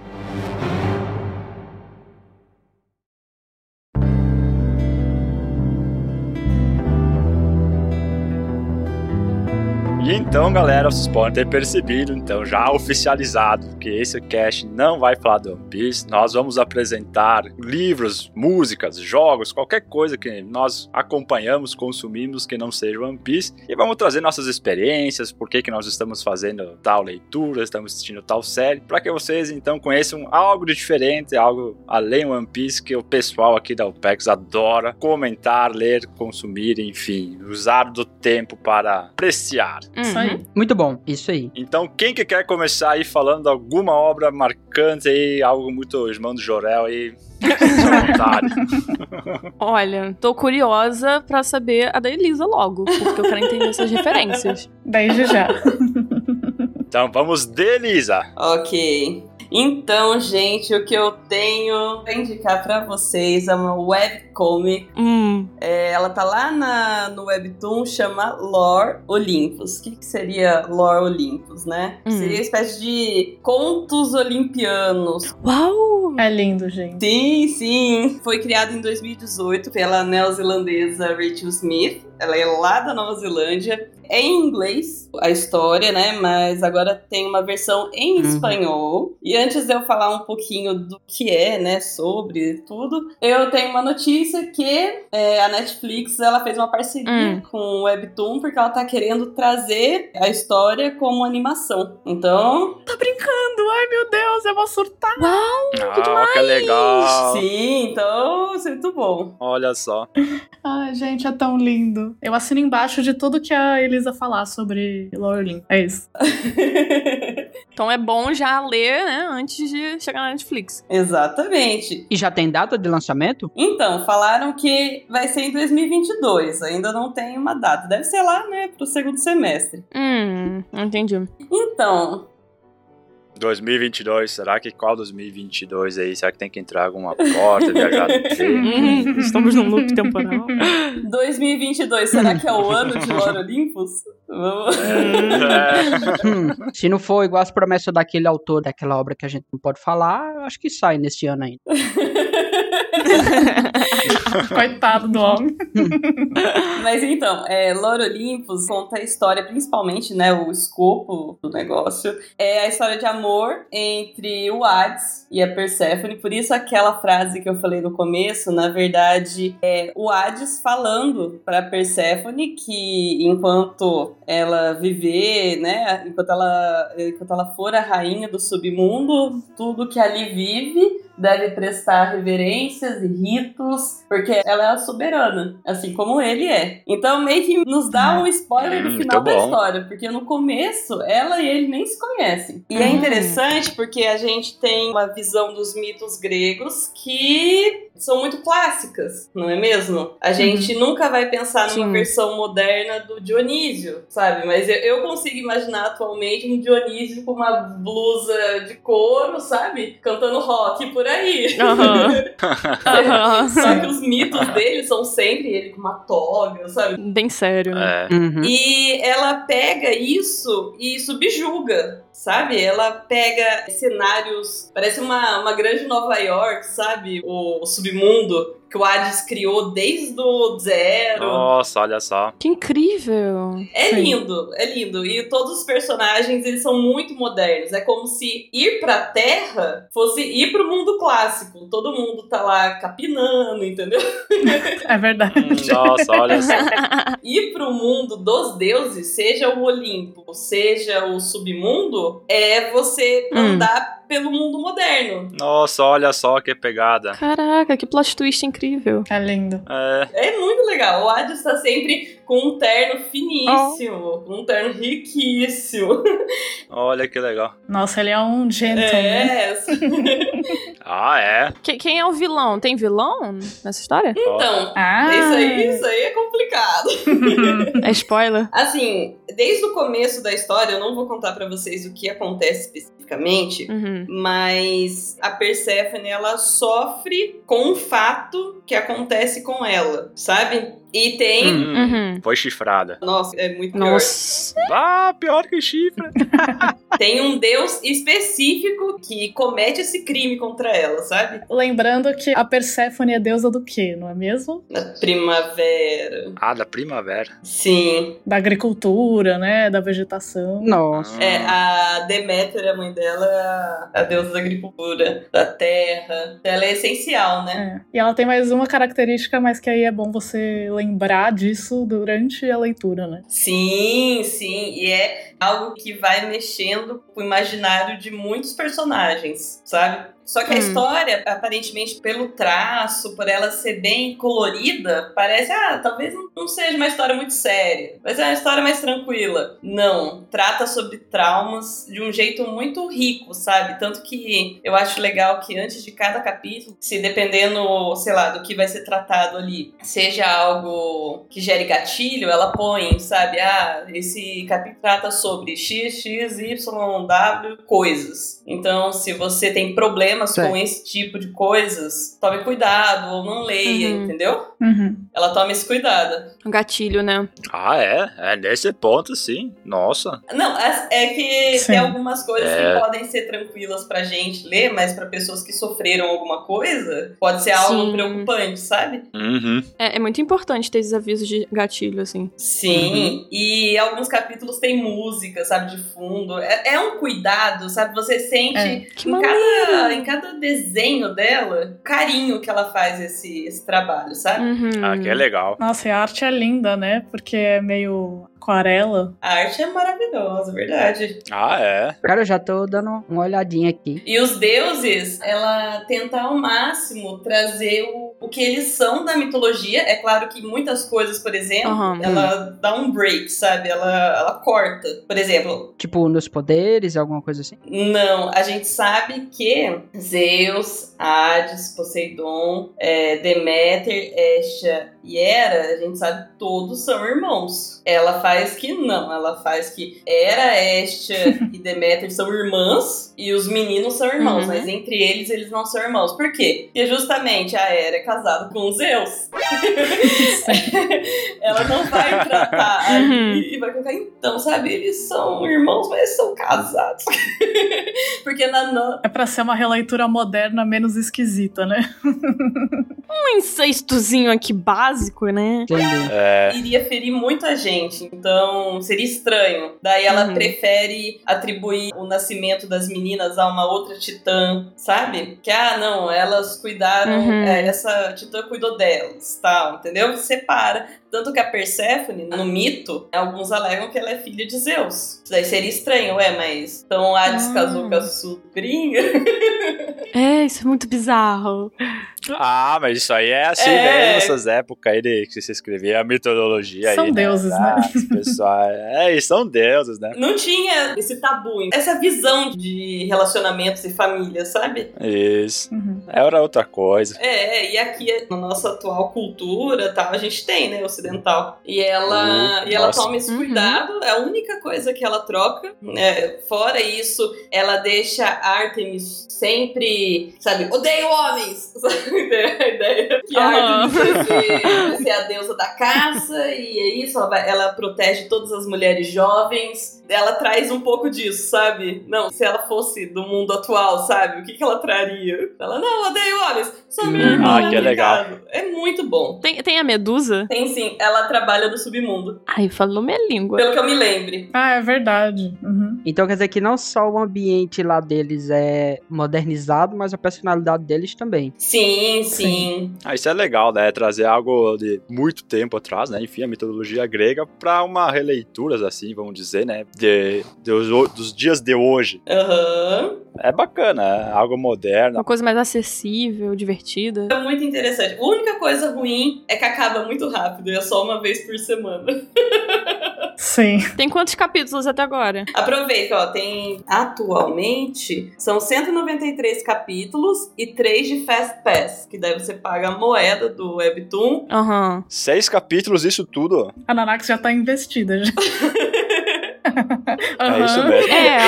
E então, galera, vocês podem ter percebido, então, já oficializado, que esse cast não vai falar do One Piece. Nós vamos apresentar livros, músicas, jogos, qualquer coisa que nós acompanhamos, consumimos que não seja One Piece. E vamos trazer nossas experiências, por que, que nós estamos fazendo tal leitura, estamos assistindo tal série, para que vocês, então, conheçam algo de diferente, algo além One Piece, que o pessoal aqui da OPEX adora comentar, ler, consumir, enfim, usar do tempo para apreciar. Uhum. Isso aí. Uhum. Muito bom, isso aí. Então, quem que quer começar aí falando de alguma obra marcante aí, algo muito irmão do Jorel aí, fica à vontade. [laughs] Olha, tô curiosa pra saber a da Elisa logo, porque eu quero entender essas [laughs] referências. Desde já. Então, vamos de Lisa. Ok. Então, gente, o que eu tenho pra indicar pra vocês é uma webcomic. Hum. É, ela tá lá na, no webtoon, chama Lore Olympus. O que, que seria Lore Olympus, né? Hum. Seria uma espécie de contos olimpianos. Uau! É lindo, gente. Sim, sim. Foi criado em 2018 pela neozelandesa Rachel Smith. Ela é lá da Nova Zelândia. É em inglês a história, né? Mas agora tem uma versão em Uhum. espanhol. E antes de eu falar um pouquinho do que é, né? Sobre tudo, eu tenho uma notícia que é, a Netflix ela fez uma parceria Hum. com o Webtoon porque ela tá querendo trazer a história como animação. Então, Tá brincando! Ai, meu Deus, eu vou surtar. Uau! que Ah, que legal. sim, então isso é muito bom. Olha só. Ai, gente, é tão lindo. Eu [laughs] assino embaixo de tudo que a Elisa falar sobre Lorlin. É isso. Então é bom já ler, né, antes de chegar na Netflix. Exatamente. E já tem data de [laughs] lançamento? Então, falaram que vai ser em 2022, ainda não tem uma data. Deve ser lá, né, pro segundo semestre. Hum, entendi. Então, 2022, será que qual 2022 aí? Será que tem que entrar alguma porta, viajar no tempo? [laughs] Hum, estamos num loop temporal. 2022, será que é o ano de Loro Olympus? Vamos- É. Hum, se não for igual as promessas daquele autor, daquela obra que a gente não pode falar, eu acho que sai nesse ano ainda. Coitado do homem. Mas então, é, Loro Olympus conta a história, principalmente, né, o escopo do negócio, é a história de amor entre o Hades e a Persephone, por isso aquela frase que eu falei no começo, na verdade, é o Hades falando para Persephone que enquanto ela viver, né, enquanto ela, enquanto ela for a rainha do submundo, tudo que ali vive deve prestar reverências e ritos, porque ela é a soberana, assim como ele é. Então, meio que nos dá um spoiler do Hum, final tá da bom. história, porque no começo ela e ele nem se conhecem. E é Hum. interessante porque a gente tem uma visão dos mitos gregos que são muito clássicas, não é mesmo? A gente nunca vai pensar numa Uhum. Sim. versão moderna do Dionísio, sabe? Mas eu, eu consigo imaginar atualmente um Dionísio com uma blusa de couro, sabe? Cantando rock por aí. Aham. [laughs] Aham. Só que os mitos dele são sempre ele com uma toga, sabe? Bem sério, né? É. Uhum. E ela pega isso e subjuga, sabe? Ela pega cenários, parece uma, uma grande Nova York, sabe? O, o submundo que o Hades criou desde o zero. Nossa, olha só. Que incrível. É Sim. lindo, é lindo. E todos os personagens, eles são muito modernos. É como se ir pra Terra fosse ir pro mundo clássico. Todo mundo tá lá capinando, entendeu? É verdade. Nossa, olha só. Ir pro mundo dos deuses, seja o Olimpo, seja o submundo, é você Hum. andar pelo mundo moderno. Nossa, olha só que pegada. Caraca, que plot twist incrível. É lindo. É. É muito legal. O Hades tá sempre com um terno finíssimo, com um terno riquíssimo. Olha que legal. Nossa, ele é um gentleman. É, Ah, é? Que- quem é o vilão? Tem vilão nessa história? então. Ah! Isso aí, isso aí é complicado. É spoiler? Assim, desde o começo da história, eu não vou contar pra vocês o que acontece especificamente, Uhum. mas a Persephone ela sofre com um fato que acontece com ela, sabe? E tem. Hum, Uhum. foi chifrada. Nossa, é muito pior. Nossa. Ah, pior que chifra. Tem um deus específico que comete esse crime contra ela, sabe? [laughs] Lembrando que a Perséfone é deusa do quê, não é mesmo? Na primavera. [laughs] Ah, da primavera. Sim. Da agricultura, né? Da vegetação. Ah. Nossa. É, Hum. a Deméter, a mãe dela, é a deusa da agricultura, da terra. Ela é essencial, né? É. E ela tem mais uma característica, mas que aí é bom você lembrar disso durante a leitura, né? Sim, sim, e é algo que vai mexendo com o imaginário de muitos personagens, sabe? Só que a Hum. história, aparentemente, pelo traço, por ela ser bem colorida, parece, ah, talvez não- não seja uma história muito séria, mas é uma história mais tranquila. Não, trata sobre traumas de um jeito muito rico, sabe? Tanto que eu acho legal que antes de cada capítulo, se dependendo, sei lá, do que vai ser tratado ali, seja algo que gere gatilho, ela põe, sabe? Ah, esse capítulo trata sobre X, X, Y, W coisas. Então, se você tem problemas Sim. com esse tipo de coisas, tome cuidado ou não leia, Uhum. entendeu? Uhum. Ela toma esse cuidado. Um gatilho, né? Ah, é? É nesse ponto, sim. Nossa. Não, é, é que Sim. tem algumas coisas É. que podem ser tranquilas pra gente ler, mas pra pessoas que sofreram alguma coisa, pode ser algo Sim. preocupante, sabe? Uhum. É, é muito importante ter esses avisos de gatilho, assim. Sim. E alguns capítulos tem música, sabe, de fundo. É, é um cuidado, sabe? Você sente É. Que em, maluco. cada, em cada desenho dela o carinho que ela faz esse, esse trabalho, sabe? Uhum. Ah, que é legal. Nossa, e a arte é linda, né? Porque é meio aquarela. A arte é maravilhosa, verdade. Ah, é? Cara, eu já tô dando uma olhadinha aqui. E os deuses, ela tenta ao máximo trazer o, o o que eles são da mitologia. É claro que muitas coisas, por exemplo, Aham. ela dá um break, sabe? Ela, ela corta. Por exemplo, Tipo, nos poderes, alguma coisa assim. não, a gente sabe que Zeus, Hades, Poseidon, é, Deméter, Hestia e Hera, a gente sabe que todos são irmãos. Ela faz que não, ela faz que Hera, Hestia e Deméter são irmãs e os meninos são irmãos, Uhum. mas entre eles eles não são irmãos. Por quê? Porque justamente a Hera é casada com Zeus. [laughs] ela não vai tratar Uhum. ali e vai colocar, então, sabe, eles são irmãos, mas são casados. [laughs] Porque na, no- É pra ser uma releitura moderna menos esquisita, né? Um incestozinho aqui básico, né? Entendi. É. iria ferir muita gente, então seria estranho. Daí ela Uhum. prefere atribuir o nascimento das meninas a uma outra titã, sabe? Que ah, não, elas cuidaram, Uhum. é, essa titã cuidou delas, tal, entendeu? Separa. Tanto que a Perséfone, Ah. no mito, alguns alegam que ela é filha de Zeus. Isso daí seria estranho, ué, mas. Então Hades Ah. casou com a sobrinha. É, isso é muito bizarro. Ah, mas isso aí é assim É. mesmo, essas épocas aí de, que se escrevia a mitologia São aí, deuses, né? Ah, os Pessoal, é, e são deuses, né? Não tinha esse tabu, essa visão de relacionamentos e família, sabe? Isso. Uhum. Era outra coisa. É, é, e aqui na nossa atual cultura, tá, a gente tem, né, ocidental. E ela, Uhum, e ela nossa. toma esse Uhum. cuidado, é a única coisa que ela troca. né? Fora isso, ela deixa a Artemis sempre, sabe, odeio homens! [laughs] Sabe, a ideia que a Aham. Artemis vai ser, vai ser a deusa da caça, e é isso, ela, vai- ela protege todas as mulheres jovens. Ela traz um pouco disso, sabe? Não, se ela fosse do mundo atual, sabe? O que, que ela traria? Ela, não, odeio homens, sou minha Hum. irmã. Ah, que legal. obrigado." É muito bom. Tem, tem a Medusa? Tem sim, ela trabalha no submundo, Ai, falou minha língua. pelo que eu me lembre. Ah, é verdade. Uhum. Então quer dizer que não só o ambiente lá deles é modernizado, mas a personalidade deles também. Sim, sim. Ah, isso é legal, né? Trazer algo de muito tempo atrás, né? Enfim, a mitologia grega pra uma releitura, assim, vamos dizer, né? De, dos, o- dos dias de hoje. Aham. É bacana, é algo moderno. Uma coisa mais acessível, divertida. É muito interessante. A única coisa ruim é que acaba muito rápido, e é só uma vez por semana. [laughs] Sim. Tem quantos capítulos até agora? Aproveita, ó, tem atualmente são 193 capítulos e 3 de Fast Pass, que daí você paga a moeda do Webtoon. Aham. Seis capítulos, isso tudo. A Nanax já tá investida. Já. [laughs] É isso Aham. mesmo. É.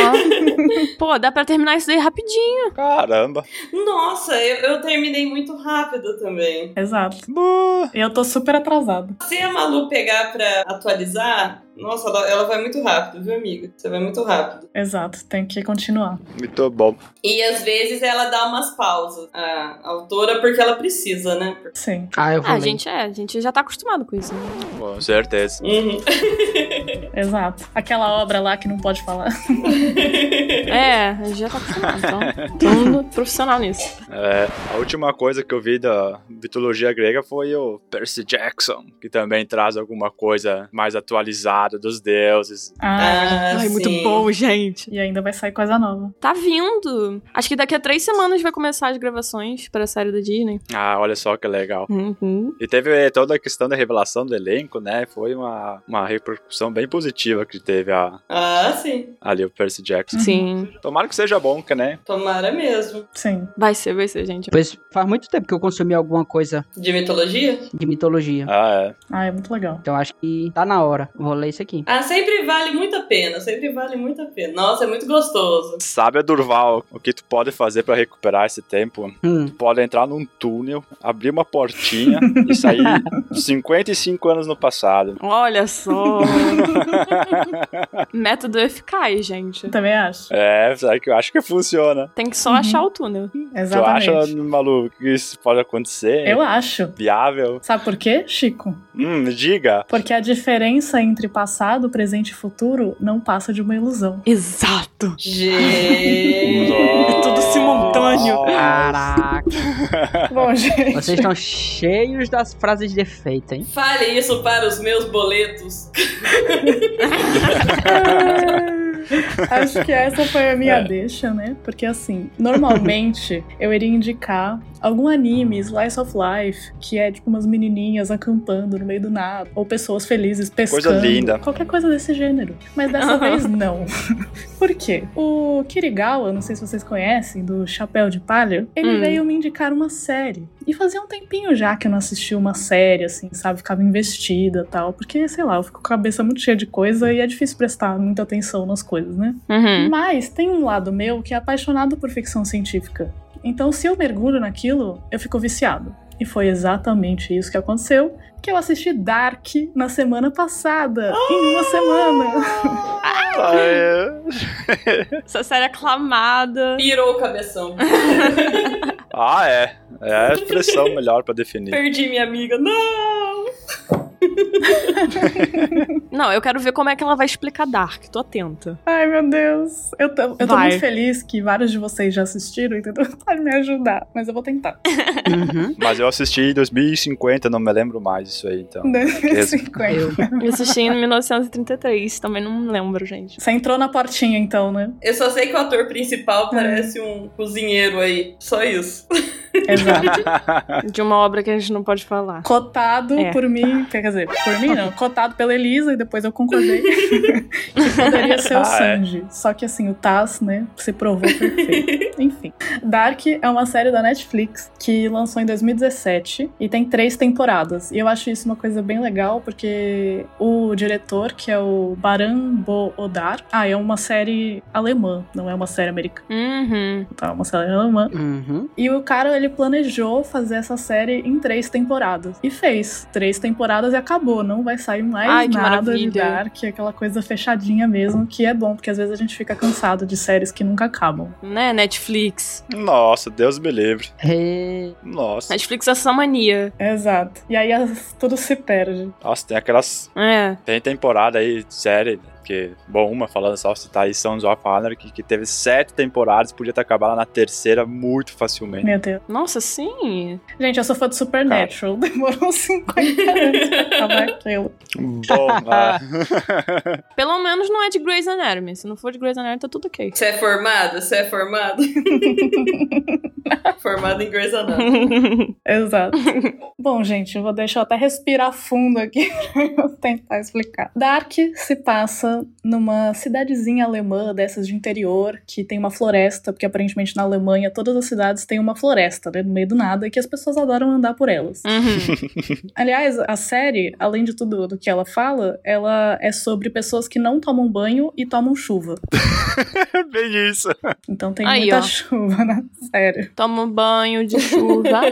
ó. Pô, dá pra terminar isso daí rapidinho. Caramba. Nossa, eu, eu terminei muito rápido também. Exato. Bu- Eu tô super atrasada. Se a Malu pegar pra atualizar, nossa, ela, ela vai muito rápido, viu, amiga? Você vai muito rápido. Exato, tem que continuar. Muito bom. E às vezes ela dá umas pausas, a autora, porque ela precisa, né? Sim. Ah, eu vou Ah, ler. gente, é, a gente já tá acostumado com isso. né? Com certeza. Uhum. Exato. Aquela obra lá que não pode falar. É, a gente já tá acostumado, então. Todo mundo profissional nisso. É, a última coisa que eu vi da mitologia grega foi o Percy Jackson, que também traz alguma coisa mais atualizada dos deuses. Ah. Ah, sim. gente. E ainda vai sair coisa nova. Tá vindo. Acho que daqui a três semanas vai começar as gravações pra série da Disney. Ah, olha só que legal. Uhum. E teve toda a questão da revelação do elenco, né? Foi uma, uma repercussão bem positiva que teve a, Ah, sim. ali o Percy Jackson. Sim. Tomara que seja bom, que né? Tomara mesmo. Sim. Vai ser, vai ser, gente. Pois faz muito tempo que eu consumi alguma coisa De mitologia? de mitologia. Ah, é. Ah, é muito legal. Então acho que tá na hora. Vou ler isso aqui. Ah, sempre vale muito a pena, sempre vale muito a pena. Nossa, é muito gostoso. Sabe, a Durval, o que tu pode fazer pra recuperar esse tempo? Hum. pode entrar num túnel, abrir uma portinha e sair 55 anos no passado. Olha só. Método eficaz, gente. Também acho. É, sabe que eu acho que funciona. Tem que só Uhum. achar o túnel. Tu acha, Exatamente. Malu, que isso pode acontecer? Eu acho. Viável? Sabe por quê, Chico? Hum, [laughs] diga. Porque a diferença entre passado, presente e futuro não passa de uma [laughs] ilusão. Exato. [laughs] Gente. É tudo simultâneo. Ah, Caraca. Bom, gente. Vocês estão cheios das frases de efeito, hein? Fale isso para os meus boletos. [laughs] Acho que essa foi a minha deixa, né? Porque assim, normalmente eu iria indicar algum anime, Slice of Life, que é tipo umas menininhas acampando no meio do nada, ou pessoas felizes pescando. linda. Qualquer coisa desse gênero. Mas dessa vez não. Por quê? O Kirigawa, não sei se vocês conhecem, do Chapéu de Palha, ele Hum. veio me indicar uma série. E fazia um tempinho já que eu não assistia uma série, assim, sabe? Ficava investida tal. Porque, sei lá, eu fico com a cabeça muito cheia de coisa e é difícil prestar muita atenção nas coisas, né? Uhum. Mas tem um lado meu que é apaixonado por ficção científica. Então, se eu mergulho naquilo, eu fico viciado. E foi exatamente isso que aconteceu, que eu assisti Dark na semana passada, em uma semana. Ah, é. Essa série é aclamada. Pirou o cabeção. Ah, é. É a expressão melhor pra [laughs] definir. Perdi minha amiga. Não! Não, eu quero ver como é que ela vai explicar Dark. Tô atenta. Ai, meu Deus. Eu tô, eu tô Vai. muito feliz que vários de vocês já assistiram, entendeu? [laughs] Pode me ajudar, mas eu vou tentar. Uhum. Mas eu assisti em 2050, não me lembro mais isso aí, [laughs] então. [laughs] Né? Beleza. 50. Eu assisti em 1933, também não lembro, gente. Você entrou na portinha, [laughs] então, né? Eu só sei que o ator principal parece um cozinheiro aí. Só isso. Exato. De uma obra que a gente não pode falar. Cotado É. por mim, quer dizer, por mim [laughs] não, cotado pela Elisa e depois eu concordei que poderia ser o Ah, é. Sanji. Só que assim, o Taz, né, se provou [laughs] perfeito. Enfim, Dark é uma série da Netflix que lançou em 2017 e tem três temporadas. E eu acho isso uma coisa bem legal porque o diretor, que é o Baran Bo Odar, ah, é uma série alemã, não é uma série americana, Uhum. tá? É uma série alemã. Uhum. E o cara, ele planejou fazer essa série em três temporadas. E fez. Três temporadas e acabou. Não vai sair mais Ai, que nada de maravilha. Dark. Aquela coisa fechadinha mesmo, que é bom. Porque às vezes a gente fica cansado de séries que nunca acabam. Né, Netflix? Nossa, Deus me livre. Hey. Nossa. Netflix é essa mania. Exato. E aí as- tudo se perde. Nossa, tem aquelas. É. Tem temporada aí, série. Que, bom, uma falando só citar aí Sons of Honor, que, que teve sete temporadas, podia ter acabado na terceira muito [laughs] facilmente. Meu Deus. Nossa, sim. Gente, eu sou fã de Supernatural. Demorou 50 anos pra acabar aquilo. [laughs] Bom, ah, Pelo menos não é de Grey's Anatomy. Se não for de Grey's Anatomy, tá [laughs] tudo ok. Você é formado? Você é [laughs] formado? formado em Grey's Anatomy. [laughs] Exato. Bom, gente, eu vou deixar eu até respirar fundo aqui [laughs] pra eu tentar explicar. Dark se passa numa cidadezinha alemã dessas de interior que tem uma floresta, porque aparentemente na Alemanha todas as cidades têm uma floresta, né, no meio do nada, e que as pessoas adoram andar por elas. Uhum. Aliás, a série, além de tudo do que ela fala, ela é sobre pessoas que não tomam banho e tomam chuva. bem isso. Então tem Aí, muita ó. [laughs] chuva na série. [laughs] Toma um banho de chuva.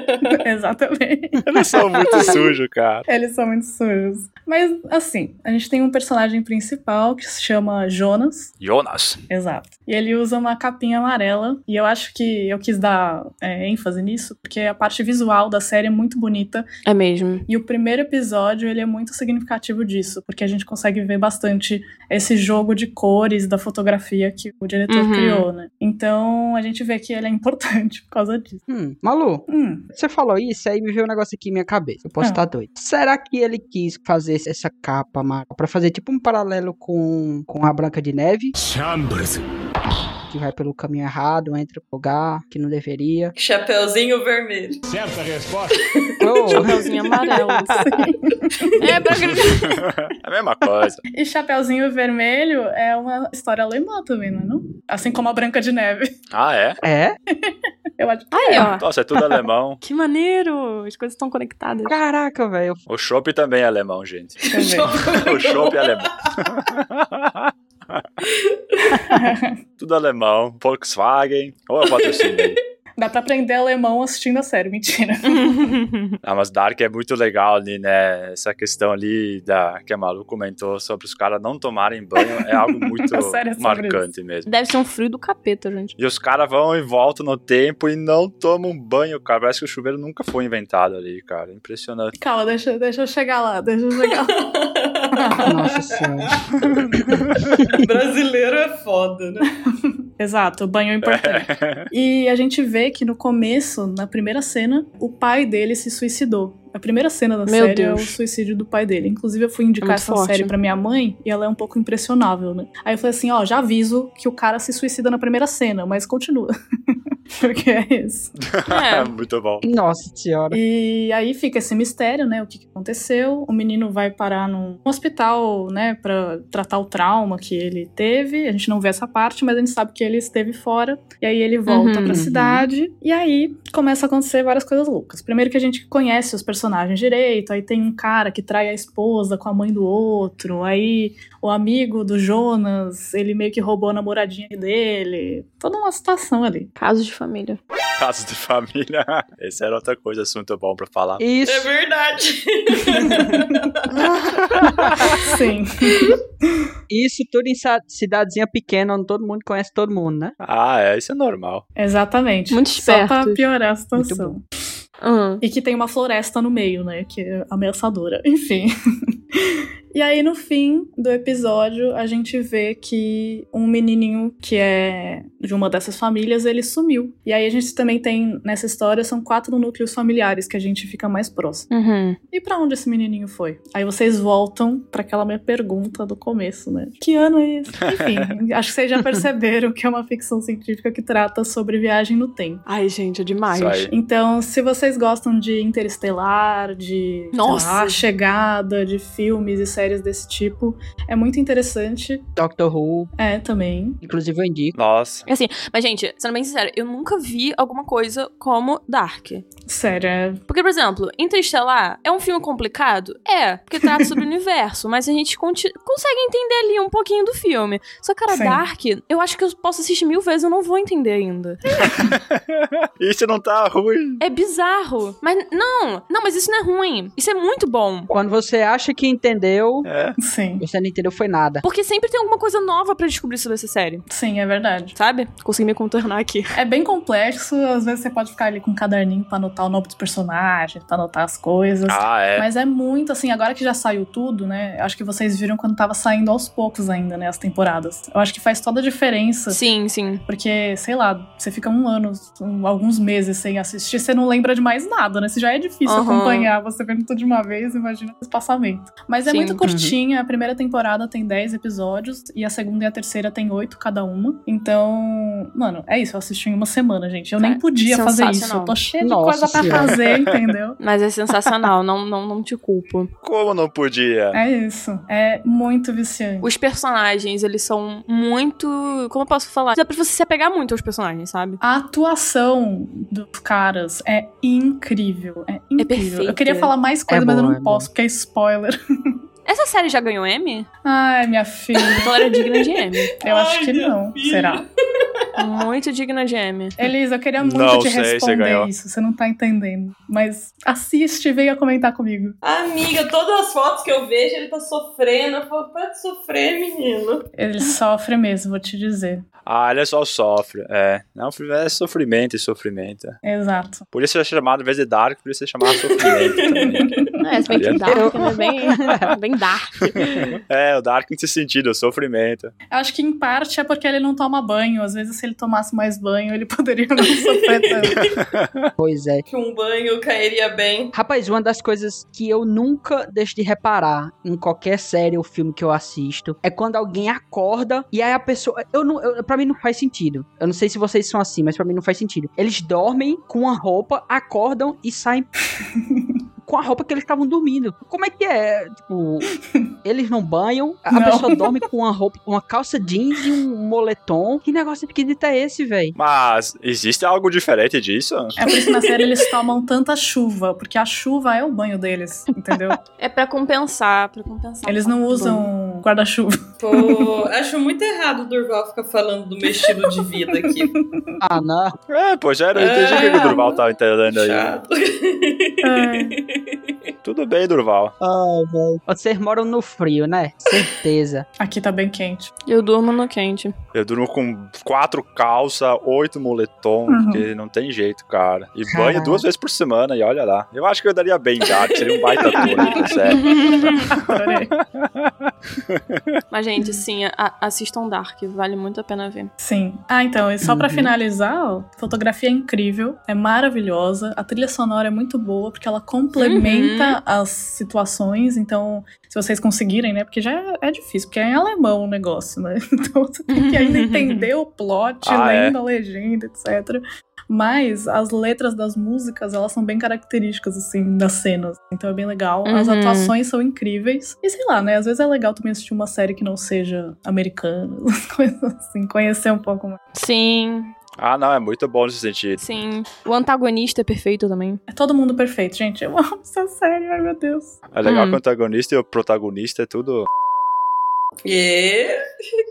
Exatamente. Eles são muito sujos, cara. Eles são muito sujos. Mas, assim, a gente tem um personagem principal que se chama Jonas. Jonas. Exato. E ele usa uma capinha amarela. E eu acho que eu quis dar é, ênfase nisso, porque a parte visual da série é muito bonita. É mesmo. E o primeiro episódio, ele é muito significativo disso, porque a gente consegue ver bastante esse jogo de cores da fotografia que o diretor Uhum. criou, né? Então, a gente vê que ele é importante [laughs] por causa disso. Hum, Malu, Hum. você falou isso, aí me veio um negócio aqui em minha cabeça. Eu posso Ah. estar doido. Será que ele quis fazer essa capa amarela pra fazer tipo um paralelo com, com a Branca de Neve, que vai pelo caminho errado, entra pro lugar que não [laughs] deveria? Chapeuzinho vermelho. Certa resposta. Oh, Chapeuzinho amarelo. Tipo, [laughs] é pra gritar. [laughs] É a mesma coisa. E Chapeuzinho Vermelho é uma história alemã também, não é não? Assim como a Branca de Neve. Ah, é? é? Eu acho que Aí, ó. Nossa, é tudo alemão. Que maneiro. As coisas estão conectadas. Caraca, velho. O chopp também é alemão, gente. também. O chopp é alemão. [laughs] tudo alemão. Volkswagen. Ou é patrocínio aí. [laughs] Dá pra aprender alemão assistindo a série, mentira. Ah, mas Dark é muito legal ali, né? Essa questão ali da, que a Malu comentou sobre os caras não tomarem banho é [laughs] algo muito A série é sobre marcante mesmo. Deve ser um frio do capeta, gente. E os caras vão e voltam no tempo e não tomam banho, cara. Parece que o chuveiro nunca foi inventado ali, cara. Impressionante. Calma, deixa, deixa eu chegar lá, deixa eu chegar lá. Nossa senhora. Brasileiro é foda, né? [laughs] Exato, banho é importante. [laughs] E a gente vê que no começo, na primeira cena, o pai dele se suicidou. A primeira cena da Meu série é o Deus. suicídio do pai dele. Inclusive, eu fui indicar muito essa forte, série né? pra minha mãe e ela é um pouco impressionável, né? Aí eu falei assim: ó, já aviso que o cara se suicida na primeira cena, mas continua. [laughs] Porque é isso. [laughs] [laughs] É. Muito bom. Nossa senhora. E aí fica esse mistério, né? O que, que aconteceu? O menino vai parar num hospital, né, Pra tratar o trauma que ele teve. A gente não vê essa parte, mas a gente sabe que ele esteve fora. E aí ele volta Uhum. pra cidade. E aí começa a acontecer várias coisas loucas. Primeiro que a gente conhece os personagens direito. Aí tem um cara que trai a esposa com a mãe do outro. Aí o amigo do Jonas, ele meio que roubou a namoradinha dele. Toda uma situação [laughs] ali. Caso de família. Caso de família. [laughs] Esse era outra coisa, assunto bom pra falar. É Isso. verdade. Sim. Isso tudo em sa- cidadezinha pequena, onde todo mundo conhece todo mundo, né? Ah, é, isso é normal. Exatamente. Muito Só pra espertos. piorar a situação. Muito bom. Hum. E que tem uma floresta no meio, né? Que é ameaçadora. [laughs] Enfim. e aí, no fim do episódio, a gente vê que um menininho que é de uma dessas famílias, ele sumiu. E aí, a gente também tem nessa história, são quatro núcleos familiares que a gente fica mais próximo. Uhum. E pra onde esse menininho foi? Aí vocês voltam pra aquela minha pergunta do começo, né? Que ano é [laughs] esse? Enfim, acho que vocês já perceberam que é uma ficção científica que trata sobre viagem no tempo. Ai, gente, é demais. Isso aí. Então, se vocês gostam de Interestelar, de sei Nossa! lá, Chegada, de filmes e séries desse tipo, é muito interessante. Doctor Who, É, também. inclusive eu indico. Nossa. [laughs] Mas, gente, sendo bem sincero, eu nunca vi alguma coisa como Dark. Sério, é- Porque, por exemplo, Interestelar é um filme complicado? É, porque trata [laughs] sobre o universo, mas a gente conti- consegue entender ali um pouquinho do filme. Só, cara, Sim. Dark, eu acho que eu posso assistir mil vezes, eu não vou entender ainda. Isso não tá ruim. É bizarro. Mas não, não, mas isso não é ruim. Isso é muito bom. Quando você acha que entendeu, É. sim. você não entendeu foi nada. [laughs] Porque sempre tem alguma coisa nova pra descobrir sobre essa série, Sim, é verdade. sabe? Consegui me contornar aqui. É bem complexo, às vezes você pode ficar ali com um caderninho pra anotar o nome dos personagens, pra anotar as coisas. Ah, é. Mas é muito assim, agora que já saiu tudo, né? Acho que vocês viram quando tava saindo aos poucos ainda, né? As temporadas. Eu acho que faz toda a diferença Sim, sim. Porque, sei lá, você fica um ano, um- alguns meses sem assistir, você não lembra de mais nada, né? Se já é difícil Aham. acompanhar, você vendo tudo de uma vez, imagina o espaçamento. Mas é Sim. Uhum. muito curtinha, a primeira temporada tem 10 episódios, e a segunda e a terceira tem 8 cada uma. Então, mano, é isso, eu assisti em uma semana, gente. Eu nem Cara, podia Tá, fazer isso, é sensacional. eu tô cheia de Nossa coisa pra Senhora. fazer, entendeu? Mas é sensacional, não, não, não te culpo. Como não podia? É isso, é muito viciante. Os personagens, eles são muito. Como eu posso falar? Dá pra você se apegar muito aos personagens, sabe? A atuação dos caras é incrível. É incrível. perfeita. eu queria falar mais coisa, É mas eu boa, não é posso, porque é spoiler. [laughs] Essa série já ganhou M? Ai, minha filha. Então era digna de M. Eu Ai, acho que minha não. filha. Será? Muito digna de M. Elisa, eu queria muito Não te sei, você responder ganhou. isso. Você não tá entendendo. Mas assiste e venha comentar comigo. Amiga, todas as fotos que eu vejo, ele tá sofrendo. Eu falo, para de sofrer, menino. Ele sofre mesmo, vou te dizer. Ah, ele só sofre. É. Não, é sofrimento e sofrimento. Exato. Por isso é chamado, em vez de Dark, por isso é chamado sofrimento também. É, se bem que Dark, né? Bem, bem Dark. É, o Dark nesse sentido, é o sofrimento. Acho que em parte é porque ele não toma banho. Às vezes, se ele tomasse mais banho, ele [laughs] poderia não sofrer tanto. Pois é. Que um banho cairia bem. Rapaz, uma das coisas que eu nunca deixo de reparar em qualquer série ou filme que eu assisto é quando alguém acorda e aí a pessoa. Eu não, eu, pra mim não faz sentido. Eu não sei se vocês são assim, mas pra mim não faz sentido. Eles dormem com a roupa, acordam e saem. Com a roupa que eles estavam dormindo. Como é que é? Tipo, eles não banham, a Não. pessoa dorme com uma roupa, uma calça jeans e um moletom. Que negócio esquisito é esse, velho? Mas existe algo diferente disso? É por isso que na série eles tomam tanta chuva, porque a chuva é o banho deles, entendeu? É pra compensar, pra compensar. Eles não Muito bom. usam guarda-chuva. [laughs] Pô, acho muito errado o Durval ficar falando do meu estilo de vida aqui. Ah, não. tá É, pois era, eu entendi o que que o Durval tava entendendo aí. Chato. Tudo bem, Durval. Ai, velho. Vocês moram no frio, né? [laughs] Certeza. Aqui tá bem quente. Eu durmo no quente. Eu durmo com quatro calça, oito moletom, Uhum. porque não tem jeito, cara. E banho Caralho. duas vezes por semana, e olha lá. Eu acho que eu daria bem já, que seria um baita turno, sério. Adorei. Mas, gente, sim, a- assistam Dark, vale muito a pena ver. Sim. Ah, então, e só pra Uhum. finalizar, ó, a fotografia é incrível, é maravilhosa, a trilha sonora é muito boa, porque ela complementa as situações, então, se vocês conseguirem, né, porque já é- é difícil, porque é em alemão o negócio, né, [laughs] então você tem que ainda entender o plot, Ah, lendo a legenda, etc., mas as letras das músicas, elas são bem características, assim, das cenas. Então é bem legal. As Uhum. atuações são incríveis. E sei lá, né? Às vezes é legal também assistir uma série que não seja americana, [laughs] essas coisas assim, conhecer um pouco mais. Sim, Ah, não, é muito bom nesse sentido. sim. O antagonista é perfeito [laughs] também. É todo mundo perfeito, gente. Eu amo essa série, ai meu Deus. É legal Hum. que o antagonista e o protagonista é tudo. E...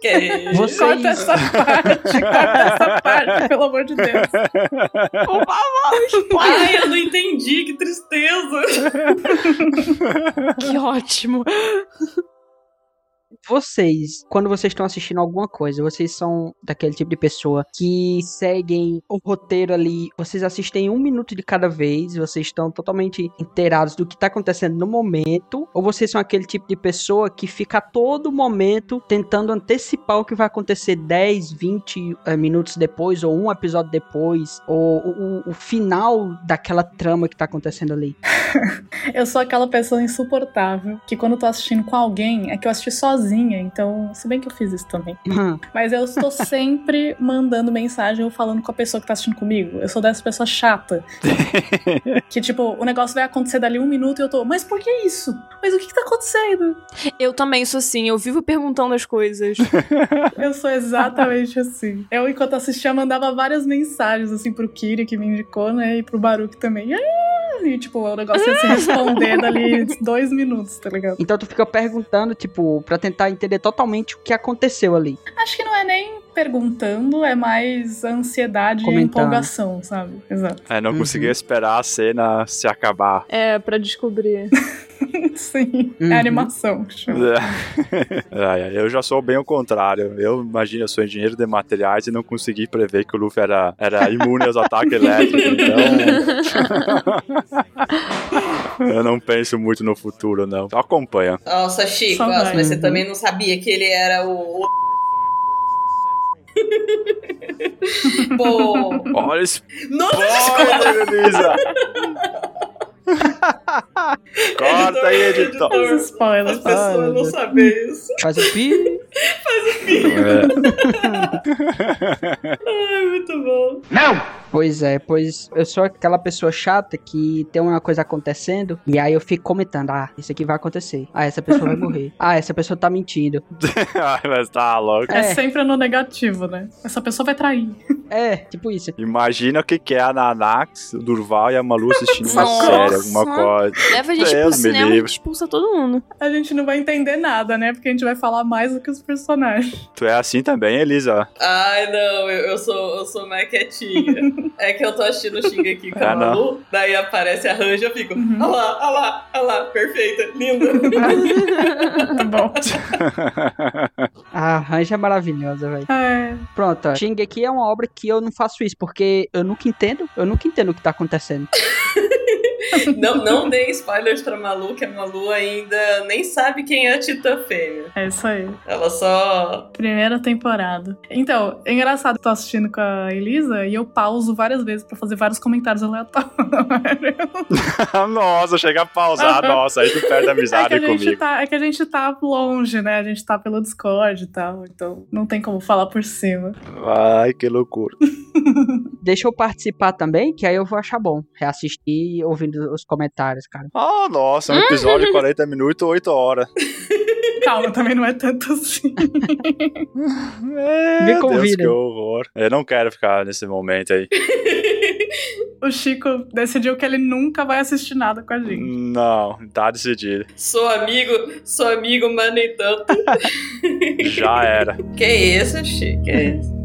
que- Você- Sim. Corta essa parte, corta essa parte, pelo amor de Deus. Ai, eu não entendi, que tristeza. Que ótimo. Vocês, quando vocês estão assistindo alguma coisa, vocês são daquele tipo de pessoa que seguem o roteiro ali, vocês assistem um minuto de cada vez, vocês estão totalmente inteirados do que tá acontecendo no momento, ou vocês são aquele tipo de pessoa que fica a todo momento tentando antecipar o que vai acontecer 10, 20 eh, minutos depois, ou um episódio depois, ou o, o- o final daquela trama que tá acontecendo ali? [clears throat] Eu sou aquela pessoa insuportável que quando eu tô assistindo com alguém, é que eu assisti sozinha, então, se bem que eu fiz isso também. Mas eu estou sempre mandando mensagem ou falando com a pessoa que tá assistindo comigo. Eu sou dessa pessoa chata. que, tipo, o negócio vai acontecer dali um minuto e eu tô, mas por que isso? Mas o que, que tá acontecendo? Eu também sou assim, eu vivo perguntando as coisas. Eu sou exatamente assim. Eu, enquanto assistia, mandava várias mensagens, assim, pro Kiri, que me indicou, né? E pro Baruque também. Ah! E, tipo, o negócio ia se responder dali dois minutos, tá ligado? Então tu fica perguntando, tipo, pra tentar entender totalmente o que aconteceu ali. Acho que não é nem perguntando, é mais ansiedade e Comentando. empolgação, sabe? Exato. [laughs] É, não Uhum. conseguia esperar a cena se acabar. É, pra descobrir. Sim. Uhum. É animação que chama. [laughs] Ai, ai, eu já sou bem o contrário. Eu imagino, eu sou engenheiro de materiais e não consegui prever que o Luffy era, era imune aos ataques elétricos. Então. eu não penso muito no futuro, não. Só acompanha. Nossa, Chico, Só nossa, vai. mas você também não sabia que ele era o. [laughs] o- Pô! Olha esse Nossa, spoiler, Elisa! Corta aí, editor! Os spoilers. as pessoas não né? Ai, sabem isso. Faz o pi. É. Ai, muito bom. Pois é, pois eu sou aquela pessoa chata que tem uma coisa acontecendo e aí eu fico comentando: ah, isso aqui vai acontecer. Ah, essa pessoa vai morrer. Ah, essa pessoa tá mentindo. [laughs] Ai, mas tá louco. É. É. sempre no negativo, né? Essa pessoa vai trair. É, tipo isso. Imagina o que, que é a Nanax, o Durval e a Malu assistindo uma Nossa. série, alguma coisa. Leva a gente pro Deus É, me cinema e livre. expulsa todo mundo. A gente não vai entender nada, né? Porque a gente vai falar mais do que os personagens. Tu é assim também, Elisa? Ai, não, eu, eu sou, eu sou mais [laughs] quietinha. É que eu tô assistindo o Xing aqui com a Ah, não. Malu, daí aparece a Ranja, eu fico, Uhum. ah lá, ah lá, ah lá, perfeita, linda. [laughs] [laughs] Tá bom. A Ranja é maravilhosa, velho. É. Pronto, ó, Shingeki é uma obra que eu não faço isso porque eu nunca entendo. Eu nunca entendo o que tá acontecendo. não, não dê spoilers pra Malu, que a Malu ainda nem sabe quem é a Titã Fêmea. É isso aí. Ela só. Primeira temporada. Então, é engraçado, eu tô assistindo com a Elisa e eu pauso várias vezes pra fazer vários comentários aleatórios. [laughs] Ah, nossa, chega a [laughs] pausar, nossa, aí tu perde a É que, amizade a gente comigo. tá, é que a gente tá longe, né? A gente tá pelo Discord e tal, então não tem como falar por cima. Ai, que loucura. Deixa eu participar também, que aí eu vou achar bom. Reassistir ouvindo os comentários, cara. Ah, nossa, um episódio de 40 minutos, 8 [laughs] horas. Calma, também não é tanto assim. Meu Deus, convida. que horror. Eu não quero ficar nesse momento aí. O Chico decidiu que ele nunca vai assistir nada com a gente. Não, tá decidido. Sou amigo, sou amigo, mas nem tanto. Já era. Que isso, Chico? Que isso?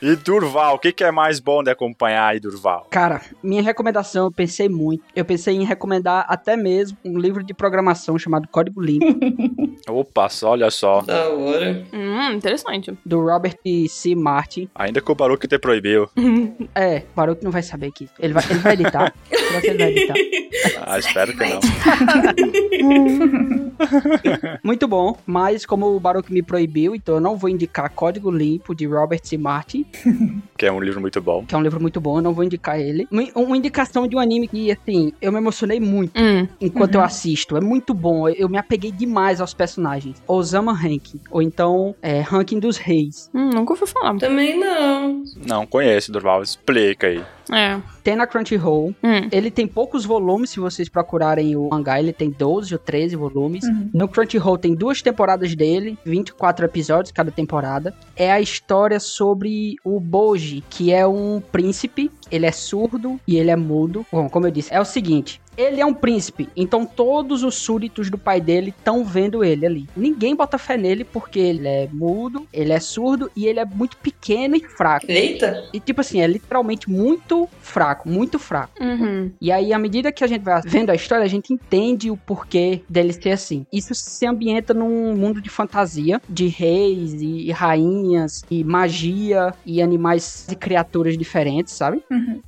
E Durval, o que, que é mais bom de acompanhar aí, Durval? Cara, minha recomendação, eu pensei muito. Eu pensei em recomendar até mesmo um livro de programação chamado Código Limpo, Opa, só, olha só. Da hora. Hum, interessante. do Robert C. Martin. Ainda que o Baruque te proibiu. É, parou que não vai saber aqui. Ele vai, ele vai editar. Será que ele vai editar? Ah, espero que não. Muito bom, mas como o Baruch me proibiu, então eu não vou indicar Código Limpo de Robert C. Martin, Que é um livro muito bom. que é um livro muito bom, eu não vou indicar ele. Um- Uma indicação de um anime que, assim, eu me emocionei muito Hum. enquanto eu assisto. É muito bom, eu me apeguei demais aos personagens. Osama Ranking, ou então é, Ranking dos Reis. Hum, nunca ouvi falar. Também não. Não conheço, Durval. Explica aí. É. Tem na Crunchyroll. Hum. Ele tem poucos volumes, se vocês procurarem o mangá, ele tem 12 ou 13 volumes. Uhum. No Crunchyroll tem duas temporadas dele, 24 episódios cada temporada. É a história sobre o Boji, que é um príncipe, ele é surdo e ele é mudo. Bom, como eu disse, é o seguinte. Ele é um príncipe, então todos os súditos do pai dele estão vendo ele ali. Ninguém bota fé nele porque ele é mudo, ele é surdo e ele é muito pequeno e fraco. Eita. E tipo assim, é literalmente muito fraco, muito fraco. Uhum. E aí, à medida que a gente vai vendo a história, a gente entende o porquê dele ser assim. Isso se ambienta num mundo de fantasia, de reis e rainhas, e magia, e animais e criaturas diferentes, sabe?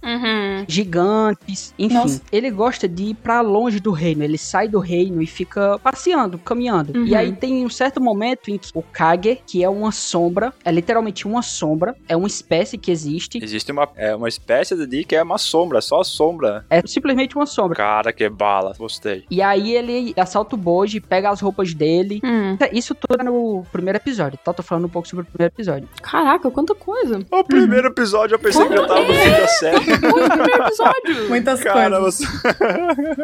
Uhum. Gigantes, enfim. Nossa. Ele gosta de ir pra longe do reino, ele sai do reino e fica passeando, caminhando. Uhum. E aí tem um certo momento em que o Kage, que é uma sombra, é literalmente uma sombra, é uma espécie que existe, Existe uma, é, uma espécie de que é uma sombra, só a sombra. é simplesmente uma sombra. Cara, que bala. Gostei. E aí ele assalta o Boji, pega as roupas dele. Hum. Isso tudo é no primeiro episódio, tá? Tô falando um pouco sobre o primeiro episódio. Caraca, quanta coisa. O primeiro episódio eu pensei que eu tava no fim da série. Foi o [laughs] primeiro episódio. Muitas Cara, coisas. você...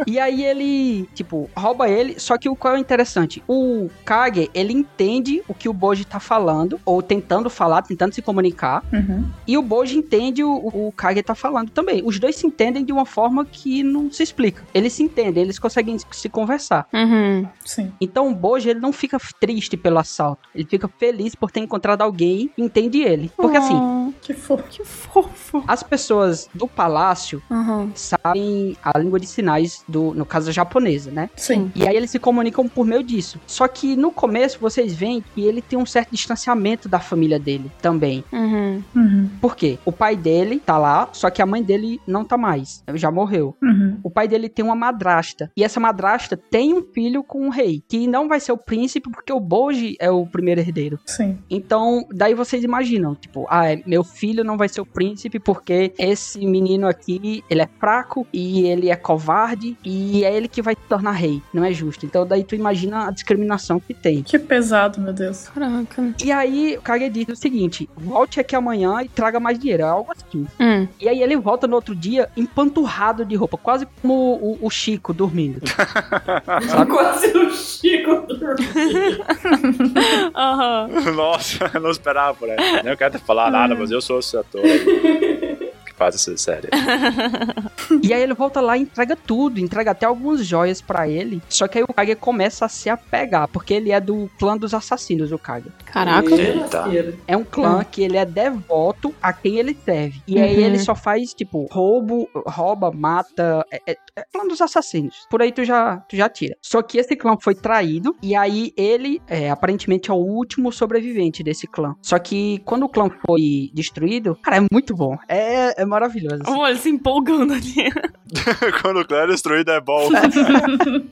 E aí ele, tipo, rouba ele, só que o qual é o interessante? O Kage, ele entende o que o Boji tá falando, ou tentando falar, tentando se comunicar, Uhum. e o Boji entende o, o Kage tá falando também. Os dois se entendem de uma forma que não se explica. Eles se entendem, eles conseguem se conversar. Uhum. Sim. Então o Boji ele não fica triste pelo assalto, ele fica feliz por ter encontrado alguém que entende ele. Porque assim, Ah, Que fofo. Que fofo. Ah. as pessoas do palácio Uhum. sabem a língua de sinais do, no caso japonesa, né? Sim. E aí eles se comunicam por meio disso. Só que no começo vocês veem que ele tem um certo distanciamento da família dele também. Uhum. Uhum. Por quê? O pai dele tá lá, só que a mãe dele não tá mais, já morreu. Uhum. O pai dele tem uma madrasta. E essa madrasta tem um filho com um rei. Que não vai ser o príncipe, porque o Boji é o primeiro herdeiro. Sim. Então, daí vocês imaginam, tipo, ah, é, meu filho não vai ser o príncipe porque esse menino aqui, ele é fraco e ele é covarde e é ele que vai se tornar rei, não é justo. Então, daí tu imagina a discriminação que tem. Que pesado, meu [laughs] Deus. Caraca. E aí, o Kage diz o seguinte, volte aqui amanhã e traga mais dinheiro, é algo assim. Hum. E aí ele volta no outro dia empanturrado de roupa, quase como o- o Chico dormindo. [laughs] Quase o Chico. Aham. [laughs] Nossa, eu não esperava por essa. Nem quero te falar nada, mas eu sou esse ator aí que faz essa série. E aí ele volta lá e entrega tudo, entrega até algumas joias pra ele. Só que aí o Kage começa a se apegar, porque ele é do clã dos assassinos, o Kage. Caraca. Eita. É um clã que ele é devoto a quem ele serve. E aí Uhum. ele só faz, tipo, roubo, rouba, mata. É, é- é clã dos assassinos. Por aí tu já, tu já tira. Só que esse clã foi traído. E aí ele, é, aparentemente, é o último sobrevivente desse clã. Só que quando o clã foi destruído, cara, é muito bom. É, é maravilhoso. assim. Olha, se empolgando ali. Quando o clã é destruído é bom.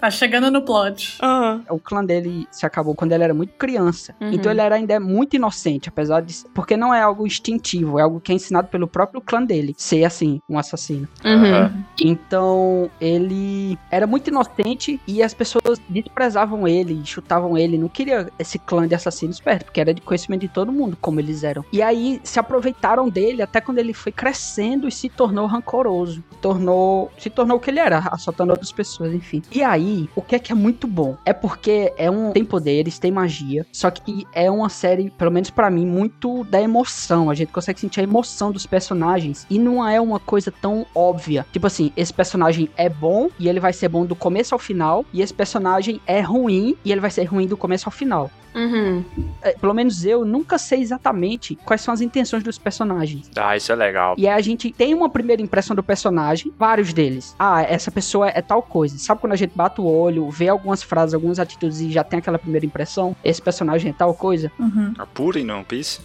Tá chegando no plot. Aham. o clã dele se acabou quando ele era muito criança. Uhum. Então ele era ainda muito inocente, apesar de. Porque não é algo instintivo, é algo que é ensinado pelo próprio clã dele, ser assim, um assassino. Uhum. Aham. Então ele era muito inocente e as pessoas desprezavam ele, chutavam ele, não queria esse clã de assassinos perto, porque era de conhecimento de todo mundo, como eles eram. E aí se aproveitaram dele até quando ele foi crescendo e se tornou rancoroso, tornou tornou, se tornou o que ele era, assaltando outras pessoas, enfim. E aí, o que é que é muito bom? É porque é um tem poderes, tem magia, só que é uma série, pelo menos pra mim, muito da emoção. A gente consegue sentir a emoção dos personagens e não é uma coisa tão óbvia. Tipo assim, esse personagem é bom e ele vai ser bom do começo ao final, e esse personagem é ruim e ele vai ser ruim do começo ao final. Uhum. É, pelo menos eu nunca sei exatamente quais são as intenções dos personagens. Ah, isso é legal. E aí a gente tem uma primeira impressão do personagem, vários deles. Ah, essa pessoa é tal coisa. Sabe quando a gente bate o olho, vê algumas frases, algumas atitudes e já tem aquela primeira impressão? Esse personagem é tal [laughs] coisa? Uhum. A Puri não, Peace.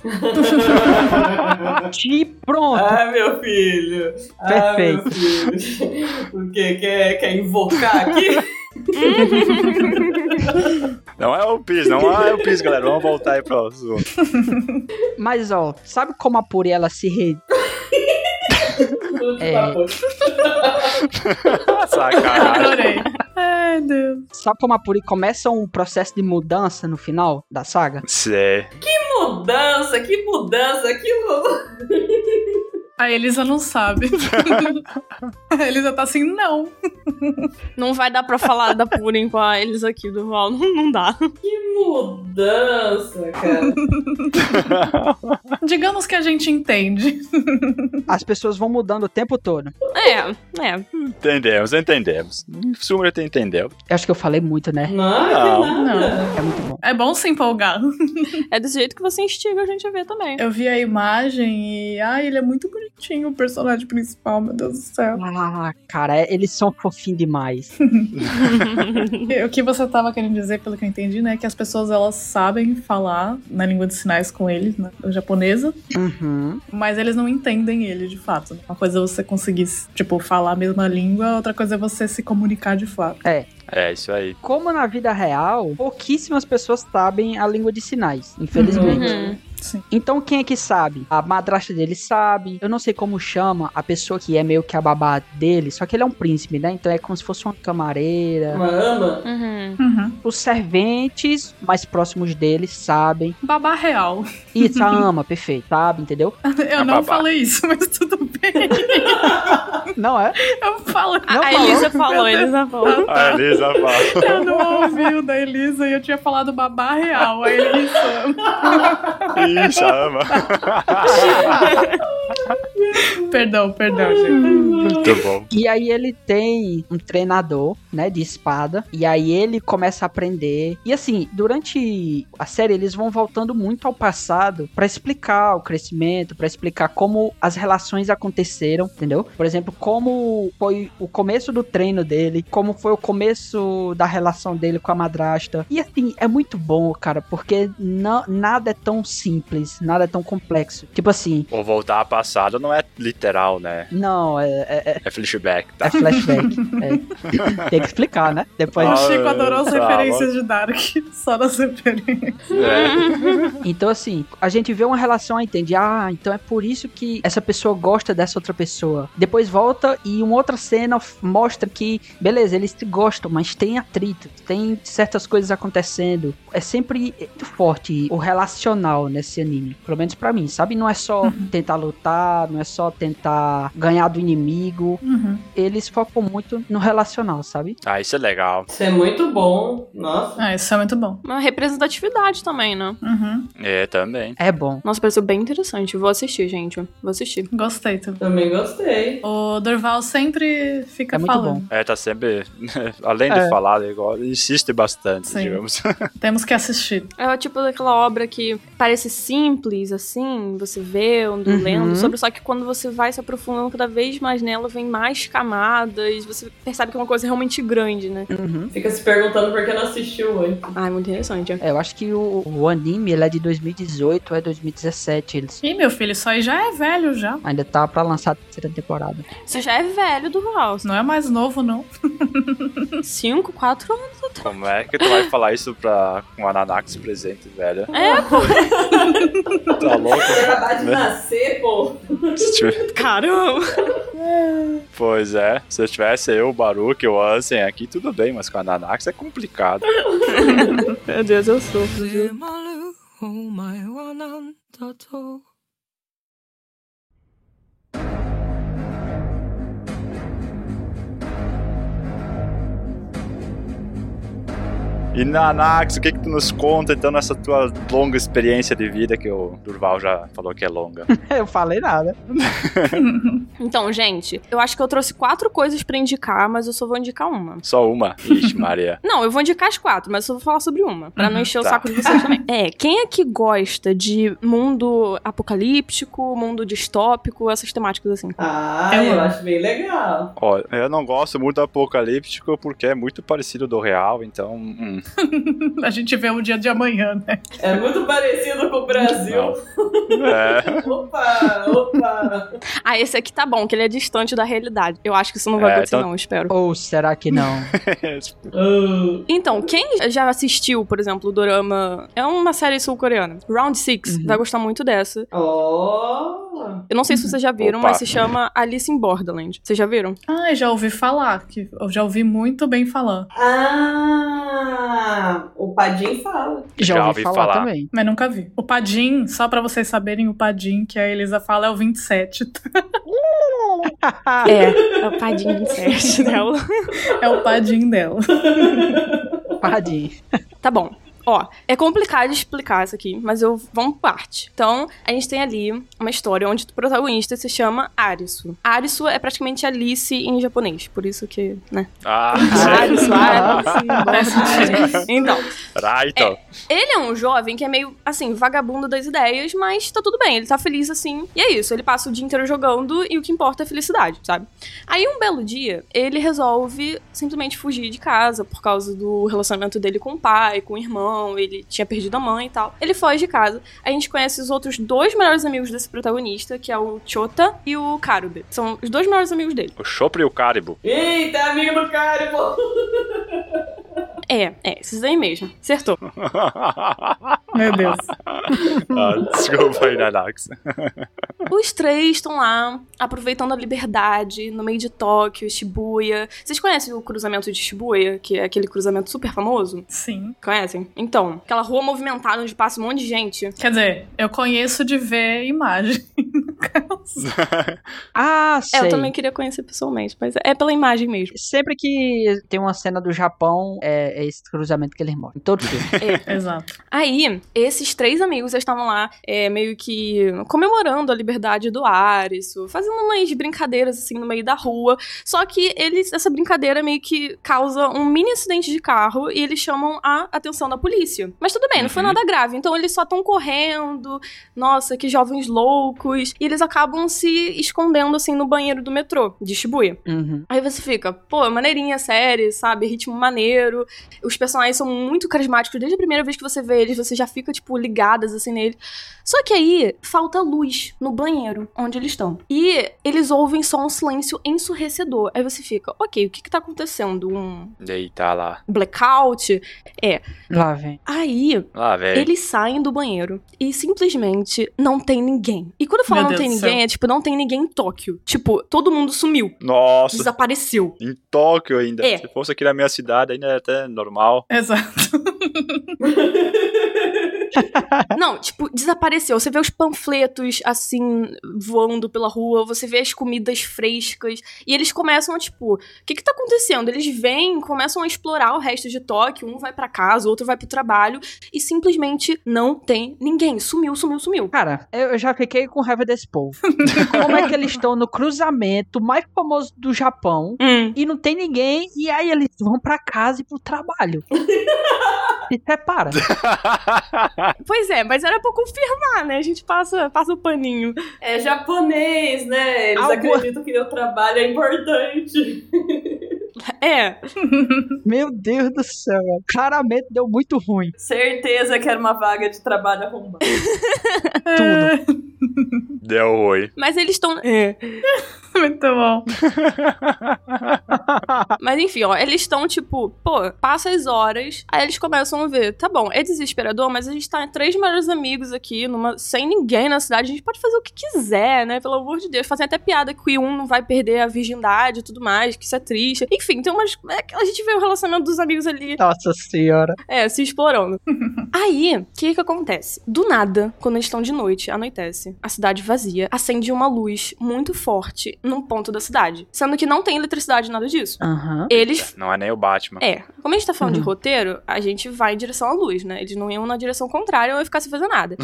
E pronto! Ah, meu filho. Ah, meu filho. [laughs] O quê? Quer, quer invocar aqui? [laughs] Não é o Peace, não é o Peace, galera. Vamos voltar aí pra zoom. Mas ó, sabe como a Puri ela se re... Tudo É. tá bom. Sacanagem. Adorei. Ai, Deus. Sabe como a Puri começa um processo de mudança no final da saga? Cê. Que mudança, que mudança, que mudança. A Elisa não sabe. a Elisa tá assim, não. Não vai dar pra falar da Purim com a eles aqui do Val. Não, não dá. Que mudança, cara. Digamos que a gente entende. As pessoas vão mudando o tempo todo. É, é. Entendemos, entendemos. Em suma, tu entendeu. Eu acho que eu falei muito, né? Não, Não, que nada. É muito bom. É bom se empolgar. É desse jeito que você instiga a gente a ver também. Eu vi a imagem e. Ai, ele é muito bonitinho, o personagem principal, meu Deus do céu. Ah, cara, é- eles são fofinhos demais. E [laughs] O que você tava querendo dizer, pelo que eu entendi, né? Que as pessoas elas sabem falar na língua de sinais com ele, né, o japonesa, Uhum. mas eles não entendem ele de fato. Uma coisa é você conseguir, tipo, falar a mesma língua, outra coisa é você se comunicar de fato. É, isso [laughs] aí. Como na vida real, pouquíssimas pessoas sabem a língua de sinais, infelizmente. Uhum. Então quem é que sabe? A madrasta dele sabe. Eu não sei como chama a pessoa que é meio que a babá dele, só que ele é um príncipe, né? Então é como se fosse uma camareira. Uma ama? Uhum. Uhum. Os serventes mais próximos dele sabem. Babá real. Isso, a ama, perfeito, sabe, entendeu? [laughs] [laughs] Eu A não babá. falei isso, mas tudo [laughs] bem. Não é? Eu falei. A, a falou? Elisa falou, a Elisa falou. Meu A Elisa fala. Eu não ouvi o da Elisa e eu tinha falado babá real. Aí ele isso. Ixi, ama. Perdão, perdão, gente. Muito bom. E aí ele tem um treinador, né, de espada, e aí ele começa a aprender. E assim, durante a série eles vão voltando muito ao passado pra explicar o crescimento, pra explicar como as relações aconteceram, entendeu? Por exemplo, como foi o começo do treino dele, como foi o começo da relação dele com a madrasta. E assim, é muito bom, cara, porque na- nada é tão simples, nada é tão complexo. Tipo assim, Ou voltar a passado não é literal, né? não, é, é- é- É flashback, tá? é flashback. é. Tem que explicar, né? Depois O Ah, Chico adorou as tá, referências de Dark. [laughs] Só nas referências. É. Então, assim, a gente vê uma relação e entende, ah, então é por isso que essa pessoa gosta dessa outra pessoa. Depois volta e uma outra cena f- mostra que, beleza, eles se gostam, mas tem atrito, tem certas coisas acontecendo. É sempre muito forte o relacional nesse anime, pelo menos pra mim, sabe? Não é só tentar lutar, não é só tentar ganhar do inimigo. Uhum. Eles focam muito no relacional, sabe? Ah, isso é legal. Isso é muito bom. Nossa. Ah, isso é muito bom. Uma representatividade também, né? Uhum. É, também. É bom. Nossa, pareceu bem interessante. Vou assistir, gente. Vou assistir. Gostei também. Também gostei. O Dorval sempre fica É muito falando. É, tá sempre. [laughs] Além de É. falar, é igual, insiste bastante, Sim. digamos. [laughs] Temos que assistir. É o tipo daquela obra que parece simples, assim, você vê, ando Uhum. lendo sobre, só que quando você vai se aprofundando cada vez mais nela, vem mais camadas, você percebe que é uma coisa realmente grande, né? Uhum. Fica se perguntando por que não assistiu antes. Ai, Ah, muito interessante. É, eu acho que o, o anime ele é de 2018 ou é 2017. Eles Ih, meu filho, isso aí já é velho já. ainda tá pra lançar a terceira temporada. Você já é velho do House. Não é mais novo, não. [laughs] Cinco, quatro anos. Como é que tu vai falar isso pra um Ananax presente, velho? É, pô. Tá louco? Você acabar de Né? nascer, pô. Se tiver- [laughs] Caramba. Pois é, se eu tivesse eu, o Baruch, o Ansem aqui, tudo bem, mas com a Ananax é complicado. [laughs] Meu Deus, eu sou. E Nanax, o que que tu nos conta então nessa tua longa experiência de vida que o Durval já falou que é longa? [laughs] Eu falei nada. Então, gente, eu acho que eu trouxe quatro coisas pra indicar, mas eu só vou indicar uma. Só uma? Ixi, [laughs] Maria. Não, eu vou indicar as quatro, mas eu só vou falar sobre uma, Pra não Uhum, encher tá. o saco de [laughs] vocês também. É, quem é que gosta de mundo apocalíptico, mundo distópico, essas temáticas assim? Ah, É eu uma. acho bem legal. Ó, eu não gosto muito do apocalíptico porque é muito parecido do real, então. hum, A gente vê o dia de amanhã, né? É muito parecido com o Brasil. não. É, [laughs] Opa, opa. Ah, esse aqui tá bom, que ele é distante da realidade. Eu acho que isso não vai É, acontecer, então- não, eu espero. Ou será que [laughs] não? tipo, Ah, Então, quem já assistiu, por exemplo, o Dorama. É uma série sul-coreana. Round Six, Uhum. vai gostar muito dessa. Ó. Eu não sei se vocês já viram, Uhum. Opa. mas se chama Alice in Borderland. Vocês já viram? Ah, já ouvi falar, que eu já ouvi muito bem falar, Ah, o Padim fala. Já, Já ouvi ouvi falar, falar. também. mas nunca vi. O Padim, só pra vocês saberem, o Padim que a Elisa fala é o 27. É, é o padinho de incesto dela. [laughs] É o Padim dela. [laughs] Padinho. Tá bom. Ó, é complicado de explicar isso aqui, mas eu vamos por parte. Então, a gente tem ali uma história onde o protagonista se chama Arisu. Arisu é praticamente Alice em japonês, por isso que, né? Ah, Arisu, Parece um Arisu. Então, right. ó. ele é um jovem que é meio, assim, vagabundo das ideias, mas tá tudo bem, ele tá feliz assim. E é isso, ele passa o dia inteiro jogando e o que importa é a felicidade, sabe? Aí um belo dia, ele resolve simplesmente fugir de casa por causa do relacionamento dele com o pai, com o irmão, ele tinha perdido a mãe e tal. Ele foge de casa. A gente conhece os outros dois melhores amigos desse protagonista, que é o Chota e o Karube. São os dois melhores amigos dele. O Chopre e o [laughs] Caribo. Eita, é amigo do cara, pô. É, é, esses aí mesmo. Acertou. Meu Deus. Ah, desculpa aí, Nanax. Os três estão lá, aproveitando a liberdade, no meio de Tóquio, Shibuya. Vocês conhecem o cruzamento de Shibuya, que é aquele cruzamento super famoso? Sim. Conhecem? Então, aquela rua movimentada onde passa um monte de gente. Quer dizer, eu conheço de ver imagem. [laughs] no caso. Ah, sei. É, eu também queria conhecer pessoalmente, mas é pela imagem mesmo. Sempre que tem uma cena do Japão, é, é esse cruzamento que eles morrem. Em todo [laughs] filme. Exato. Aí, esses três amigos estavam lá, é, meio que comemorando a liberdade do ar, isso, fazendo umas brincadeiras assim no meio da rua. Só que eles, essa brincadeira meio que causa um mini acidente de carro e eles chamam a atenção da polícia. Mas tudo bem, não foi Uhum. nada grave. Então eles só estão correndo, nossa, que jovens loucos. E eles acabam se escondendo assim no banheiro do metrô de Shibuya. Uhum. Aí você fica, pô, é maneirinha a série, sabe? Ritmo maneiro. Os personagens são muito carismáticos. Desde a primeira vez que você vê eles, você já fica, tipo, ligadas assim nele. Só que aí falta luz no banheiro onde eles estão. E eles ouvem só um silêncio ensurdecedor. Aí você fica, ok, o que que tá acontecendo? Um Deita lá. blackout? Lá vem. Aí Lá, É. velho. eles saem do banheiro e simplesmente não tem ninguém. E quando eu falo não Meu Deus tem do céu. ninguém, é tipo, não tem ninguém em Tóquio. Tipo, todo mundo sumiu. Nossa, Desapareceu. em Tóquio ainda. É. Se fosse aqui na minha cidade, ainda é até normal. Exato. Não, tipo, desapareceu. Você vê os panfletos, assim, voando pela rua, você vê as comidas frescas. E eles começam a, tipo, o que que tá acontecendo? Eles vêm, começam a explorar o resto de Tóquio. Um vai pra casa, o outro vai pro trabalho. E simplesmente não tem ninguém. Sumiu, sumiu, sumiu. Cara, eu eu já fiquei com raiva desse povo. [laughs] Como é que eles estão no cruzamento mais famoso do Japão Hum. e não tem ninguém, e aí eles vão pra casa e pro [laughs] trabalho. Se separa. Pois é, mas era pra confirmar, né? A gente passa, passa o paninho. É japonês, né? Eles Algo- acreditam que o trabalho é importante. É. Meu Deus do céu, velho. claramente deu muito ruim Certeza que era uma vaga de trabalho arrombada. tudo. Deu oi. Mas eles estão. É. [laughs] Muito bom. [laughs] Mas enfim, ó, eles estão tipo, pô, passa as horas, aí eles começam a ver, tá bom, é desesperador, mas a gente tá em três melhores amigos aqui, numa, sem ninguém na cidade, a gente pode fazer o que quiser, né? Pelo amor de Deus, fazem até piada que um não vai perder a virgindade e tudo mais, que isso é triste. Enfim, tem umas. é que a gente vê o relacionamento dos amigos ali Nossa senhora. é, se explorando. Aí, o que que acontece? Do nada, quando eles estão de noite, anoitece, a cidade vazia, acende uma luz muito forte num ponto da cidade. Sendo que não tem eletricidade, nada disso. Aham. Eles Não é nem o Batman. é, como a gente tá falando Uhum. de roteiro, a gente vai em direção à luz, né? Eles não iam na direção contrária ou eu ficar sem fazer nada.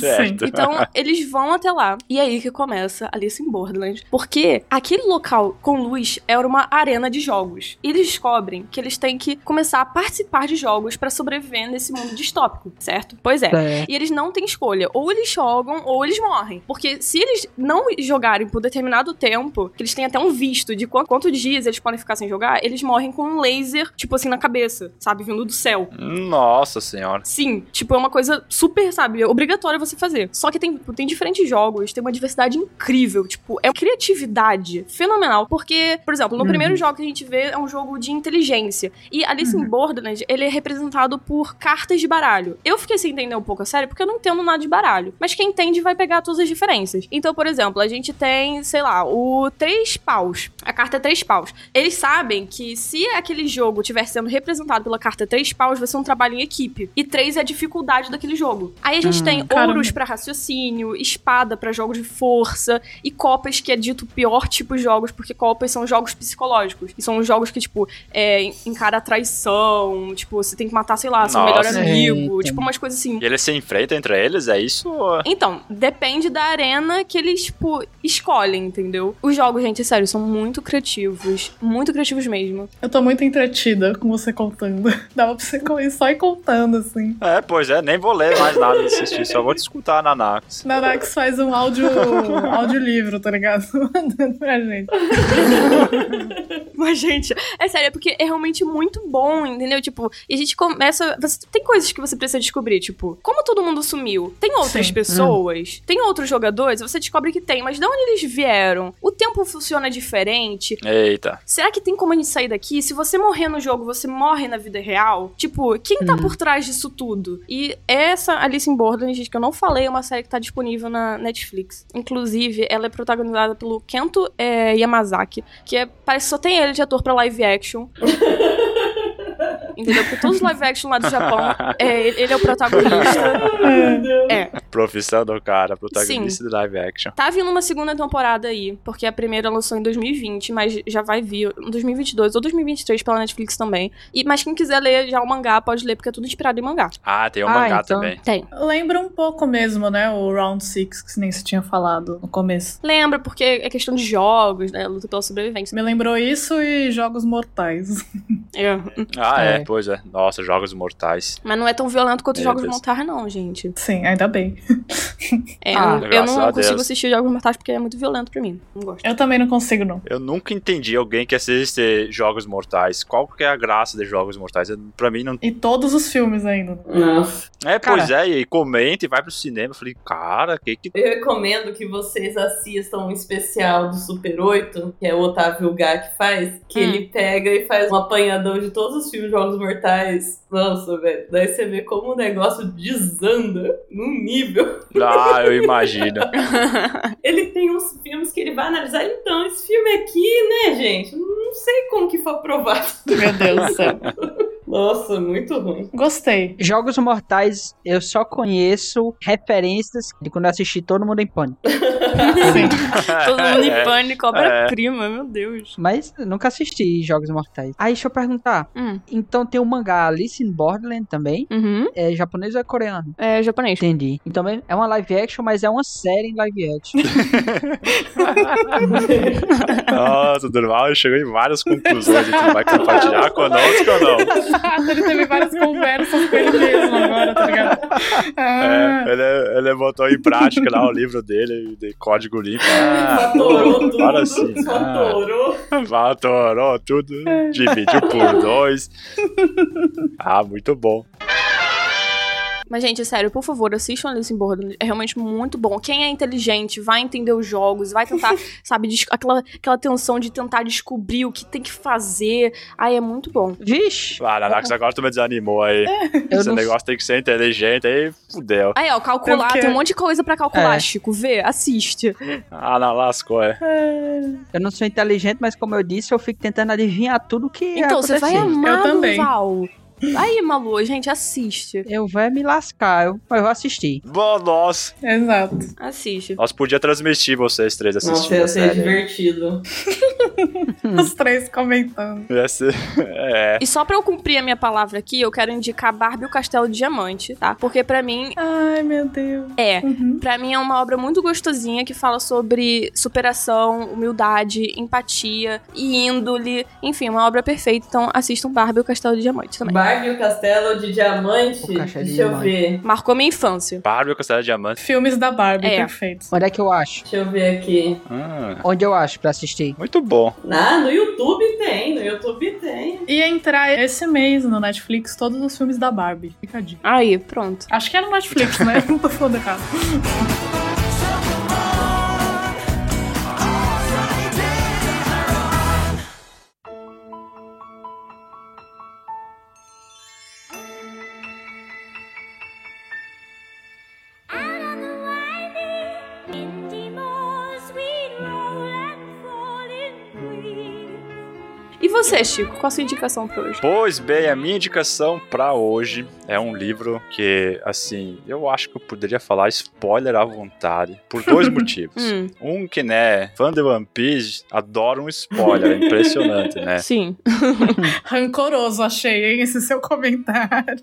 certo. Então, eles vão até lá. E é aí que começa Alice in Borderland. Porque aquele local com luz era uma arena de jogos. E eles descobrem que eles têm que começar a participar de jogos pra sobreviver nesse mundo distópico, certo? Pois é. É. E eles não têm escolha. Ou eles jogam ou eles morrem. Porque se eles não jogarem por determinado tempo, que eles têm até um visto de quan- quantos dias eles podem ficar sem jogar, eles morrem com um laser, tipo assim, na cabeça, sabe? Vindo do céu. Nossa senhora. Sim, tipo, é uma coisa super, sabe, obrigatória você fazer. Só que tem, tem diferentes jogos, tem uma diversidade incrível, tipo, é uma criatividade fenomenal, porque, por exemplo, no Uhum. primeiro jogo que a gente vê é um jogo de inteligência. E Alice in Borderland, ele é representado por cartas de baralho. Eu fiquei sem entender um pouco a série, porque eu não entendo nada de baralho. Mas quem entende vai pegar todas as diferenças. Então, por exemplo, a gente tem, sei lá, o três paus. A carta é três paus. Eles sabem que se aquele jogo estiver sendo representado pela carta três paus, vai ser um trabalho em equipe. E três é a dificuldade daquele jogo. Aí a gente tem caramba. ouros pra raciocínio, espada pra jogos de força e copas, que é dito o pior tipo de jogos, porque copas são jogos psicológicos. E são jogos que, tipo, é, en- encara a traição, tipo, você tem que matar, sei lá, seu melhor Nossa. amigo, Eita. tipo, umas coisas assim. E eles se enfrentam entre eles, é isso? Então, depende da arena que eles, tipo, escolhem, entendeu? Os jogos, gente, é sério, são muito criativos. Muito criativos mesmo. [laughs] Eu tô muito entretida com você contando. [laughs] Dava pra você ir só ir contando, assim. É, pois é, nem vou ler mais nada desse assistir, só vou te escutar, Nanax. Nanax faz um áudio, audiolivro, tá ligado? [laughs] Mandando pra gente. Mas, gente, é sério, é porque é realmente muito bom, entendeu? Tipo, e a gente começa. Você, tem coisas que você precisa descobrir, tipo, como todo mundo sumiu? Tem outras Sim. pessoas? Tem outros jogadores? Você descobre que tem, mas de onde eles vieram? O tempo funciona diferente? Eita. Será que tem como a gente sair daqui? Se você morrer no jogo, você morre na vida real? Tipo, quem tá por trás disso tudo? E essa Alice in Borderland, gente, que eu não falei, é uma série que tá disponível na Netflix. Inclusive, ela é protagonizada pelo Kento eh, Yamazaki, que é, parece que só tem ele de ator pra live action. Entendeu? Porque todos os live action lá do Japão, é, ele ele é o protagonista. É, Profissão do cara, protagonista de live action. Tá vindo uma segunda temporada aí, porque a primeira lançou em 2020, mas já vai vir em 2022 ou 2023 pela Netflix também. E, mas quem quiser ler já o mangá, pode ler, porque é tudo inspirado em mangá. Ah, tem o Ah, mangá então. também. Tem. Lembra um pouco mesmo, né? O Round Six que nem se tinha falado no começo. Lembra, porque é questão de jogos, né? Luta pela sobrevivência. Me lembrou isso e Jogos Mortais. [laughs] É. Ah, é, É. pois é. Nossa, Jogos Mortais. Mas não é tão violento quanto Meu Jogos Deus. Mortais, não, gente. Sim, ainda bem. É, Ah, eu, eu graças não a consigo Deus. assistir Jogos Mortais porque é muito violento pra mim. Não gosto. Eu também não consigo, não. Eu nunca entendi alguém que assiste Jogos Mortais. Qual que é a graça de Jogos Mortais? Eu- Pra mim não. E todos os filmes ainda. Nossa. É, Cara. pois é, e comenta e vai pro cinema. Eu falei, cara, que [laughs] que. Eu recomendo que vocês assistam um especial do Super 8, que é o Otávio Gá que faz, que Hum. ele pega e faz um apanhadão de todos os filmes de Jogos Mortais. Nossa, velho. Daí você vê como o negócio desanda num nível. Ah, eu imagino. Ele tem uns filmes que ele vai analisar. Então, esse filme aqui, né, gente? Não sei como que foi aprovado. Meu Deus do céu. Nossa, muito ruim. Gostei. [laughs] Jogos Mortais, eu só conheço referências de quando eu assisti Todo Mundo em Pânico. Sim. [laughs] Todo mundo [laughs] em É. pânico, obra-prima, meu Deus. Mas eu nunca assisti Jogos Mortais. Aí deixa eu perguntar. Hum. Então tem o mangá Alice in Borderland também. Uhum. É japonês ou é coreano? É japonês. Entendi. Então é é uma live action, mas é uma série em live [laughs] action. Nossa, Durval chegou em várias conclusões. Você vai compartilhar conosco ou não? Exato, ele teve várias conversas com ele mesmo agora, tá ligado? Ah, É, ele, ele botou em prática lá o livro dele de código limpo. Ah. [laughs] Fatorou tudo. Agora sim. Ah, Fatorou. faturou tudo, dividiu por dois. Ah, muito bom. Mas, gente, é sério, por favor, assistam Alice in Borderland. É realmente muito bom. Quem é inteligente vai entender os jogos, vai tentar, sabe, des- aquela, aquela tensão de tentar descobrir o que tem que fazer. Ai, é muito bom. Vixe! Ah, Nanax, agora tu me desanimou aí. É, Eu Esse não- negócio tem que ser inteligente, aí fudeu. Aí, ó, calcular, Porque- tem um monte de coisa pra calcular, É. Chico. Vê, assiste. Ah, não, lascou, é. Eu não sou inteligente, mas como eu disse, eu fico tentando adivinhar tudo que então, você vai acontecer. amar, Eu também. Val. Aí, Malu, gente, assiste. Eu vou é me lascar, eu, eu vou assistir. Bom, nossa. Exato. Assiste. Nós podia transmitir vocês três Nossa, assistindo ia a ser série. divertido. Os três comentando. Ia ser- [laughs] É. E só pra eu cumprir a minha palavra aqui, eu quero indicar Barbie e o Castelo de Diamante, tá? Porque pra mim Ai, meu Deus. é. Uhum. Pra mim é uma obra muito gostosinha que fala sobre superação, humildade, empatia e índole. Enfim, uma obra perfeita. Então assistam Barbie e o Castelo de Diamante também. Barbie e o Castelo de Diamante. O Caixa de Deixa eu Diamante. ver. Marcou minha infância. Barbie e o Castelo de Diamante. Filmes da Barbie, É. perfeitos. Onde é que eu acho? Deixa eu ver aqui. Ah, Onde eu acho pra assistir? muito bom. Ah, no YouTube tem, no YouTube tem. [laughs] E entrar esse mês no Netflix todos os filmes da Barbie. Fica a dica. Aí, pronto. Acho que era no Netflix, né? Não tô falando errado. E você, Chico, qual a sua indicação pra hoje? Pois bem, a minha indicação pra hoje é um livro que, assim, eu acho que eu poderia falar spoiler à vontade, por dois motivos. Hum, Um que, né, fã de One Piece adora um spoiler, é impressionante, [laughs] né? sim. Rancoroso, achei, hein? Esse seu comentário.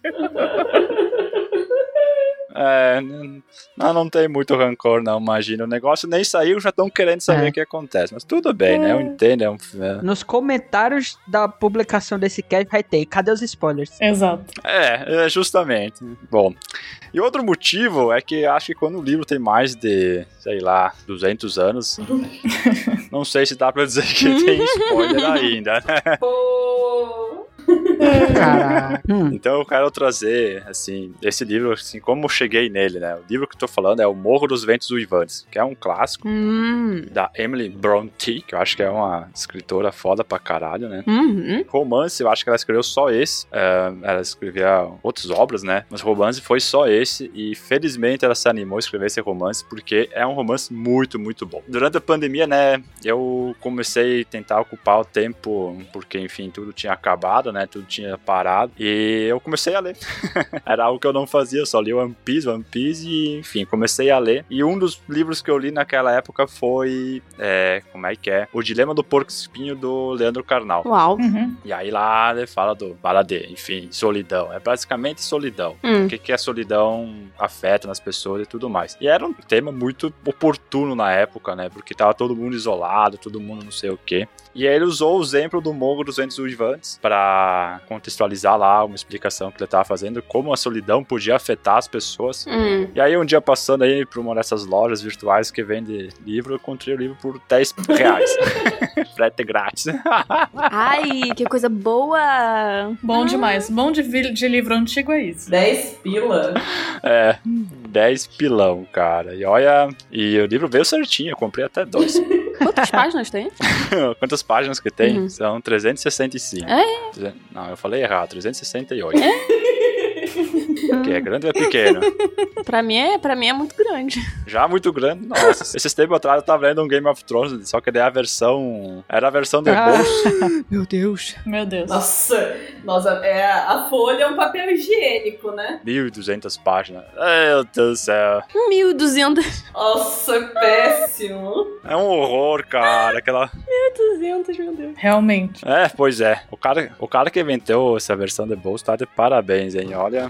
É, n- não, não tem muito rancor, não, imagina. O negócio nem saiu, já estão querendo saber É. o que acontece. Mas tudo bem, né? Eu entendo, é um. é- Nos comentários da publicação desse cast vai ter. Cadê os spoilers? Exato. É, é, justamente. Bom, e outro motivo é que acho que quando o livro tem mais de, sei lá, 200 anos, não sei se dá pra dizer que tem spoiler ainda, né? Pô. Caraca. Hum. Então eu quero trazer, assim, esse livro, assim, como eu cheguei nele, né? O livro que eu tô falando é O Morro dos Ventos Uivantes, que é um clássico Hum. da Emily Brontë, que eu acho que é uma escritora foda pra caralho, né? Uhum. Romance, eu acho que ela escreveu só esse. É, ela escrevia outras obras, né? Mas romance foi só esse. E felizmente ela se animou a escrever esse romance, porque é um romance muito, muito bom. Durante a pandemia, né? Eu comecei a tentar ocupar o tempo, porque, enfim, tudo tinha acabado, né? Tudo tinha parado. E eu comecei a ler. [laughs] Era algo que eu não fazia, eu só li One Piece, One Piece e, enfim, comecei a ler. E um dos livros que eu li naquela época foi. é, como é que é? O Dilema do Porco Espinho do Leandro Carnal. [laughs] Uau. Uhum. E aí lá ele fala do Baladê, enfim, solidão. É basicamente solidão. Hum. O que, que a solidão afeta nas pessoas e tudo mais. E era um tema muito oportuno na época, né? Porque tava todo mundo isolado, todo mundo não sei o quê. E aí ele usou o exemplo do Mongo dos Ventos Uivantes para contextualizar lá uma explicação que ele tava fazendo, como a solidão podia afetar as pessoas. Hum. E aí, um dia passando aí por uma dessas lojas virtuais que vende livro, eu encontrei o livro por 10 reais. Frete grátis. Ai, que coisa boa. Bom demais. Bom de, vi- de livro antigo é isso. 10 pila. É, 10 pilão, cara. E olha, e o livro veio certinho, eu comprei até dois. [laughs] Quantas páginas tem? Quantas páginas que tem? Uhum. São 365. Tre- Não, eu falei errado, 368. que é grande ou é pequeno? Pra mim é, pra mim é muito grande. [laughs] Já muito grande, nossa. Esses tempos atrás eu tava lendo um Game of Thrones, só que daí a versão. Era a versão do Ah. bolso. Meu Deus. Meu Deus. Nossa, nossa, é, a folha é um papel higiênico, né? 1200 páginas. Meu Deus do céu. 1.200. Nossa, péssimo. É um horror, cara. Aquela. 200, meu Deus. Realmente. É, pois é. O cara, o cara que inventou essa versão de bolso tá de parabéns, hein? Olha.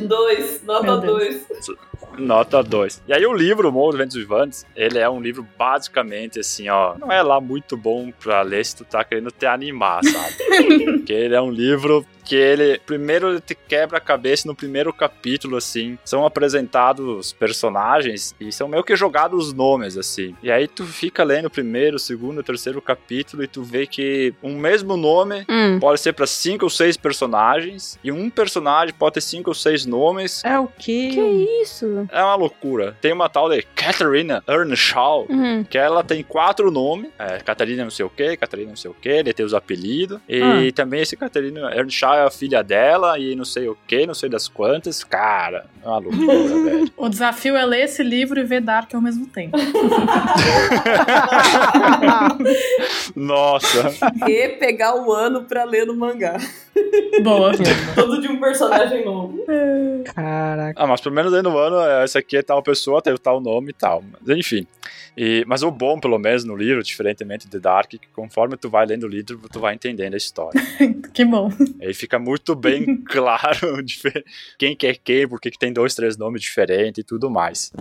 Dois, nota Meu Deus. dois. Nota 2. E aí o livro, O Morro dos Ventos Vivantes, ele é um livro basicamente assim, ó, não é lá muito bom pra ler se tu tá querendo te animar, sabe? Porque ele é um livro que ele, primeiro ele te quebra a cabeça no primeiro capítulo, assim, são apresentados personagens e são meio que jogados os nomes, assim. E aí tu fica lendo o primeiro, o segundo, o terceiro capítulo e tu vê que um mesmo nome Hum. pode ser pra cinco ou seis personagens e um personagem pode ter cinco ou seis nomes É o que? isso? é uma loucura. Tem uma tal de Catherine Earnshaw, Hum. que ela tem quatro nomes. É, Catarina não sei o que, Catarina não sei o que, ele tem os apelidos. E também esse Catarina Earnshaw é a filha dela e não sei o que, não sei das quantas. Cara, é uma loucura, velho. O desafio é ler esse livro e ver Dark ao mesmo tempo. Nossa. E pegar o ano pra ler no mangá. Boa. Todo de um personagem novo. Caraca. Ah, mas pelo menos aí no ano, eh, esse aqui é tal pessoa, teve tal nome e tal. Mas, enfim. E, mas o bom, pelo menos, no livro, diferentemente de Dark, que conforme tu vai lendo o livro, tu vai entendendo a história. que bom. Aí fica muito bem claro dife- quem que é quem, por que que tem dois, três nomes diferentes e tudo mais.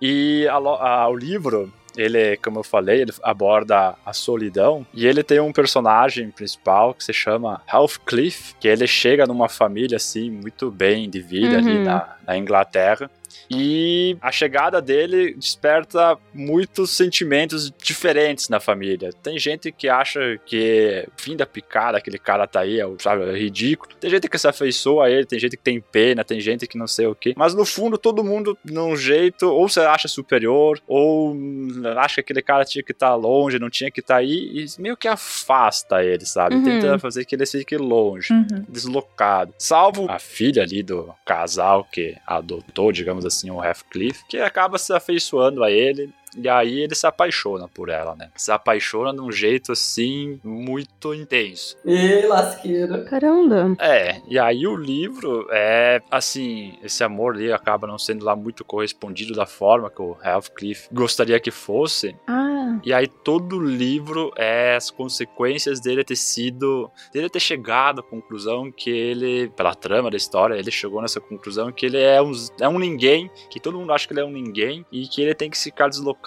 E a lo- a- o livro, ele, como eu falei, ele aborda a solidão e ele tem um personagem principal que se chama Heathcliff, que ele chega numa família assim muito bem de vida ali Uhum. na, na Inglaterra. E a chegada dele desperta muitos sentimentos diferentes na família. Tem gente que acha que fim da picada aquele cara tá aí, é, o- sabe, é ridículo. Tem gente que se afeiçoa a ele, tem gente que tem pena, tem gente que não sei o quê. Mas no fundo, todo mundo, num jeito, ou se acha superior, ou hum, acha que aquele cara tinha que estar longe, não tinha que estar aí, e meio que afasta ele, sabe? Uhum. Tenta fazer que ele fique longe Uhum. deslocado. Salvo a filha ali do casal que adotou, digamos assim, o Heathcliff, que acaba se afeiçoando a ele. E aí ele se apaixona por ela, né? Se apaixona de um jeito assim muito intenso. E lasqueira. Caramba. É, e aí o livro é assim, esse amor ali acaba não sendo lá muito correspondido da forma que o Heathcliff gostaria que fosse. Ah, E aí todo o livro é as consequências dele ter sido, dele ter chegado à conclusão que ele, pela trama da história, ele chegou nessa conclusão que ele é um, é um ninguém, que todo mundo acha que ele é um ninguém e que ele tem que ficar deslocado,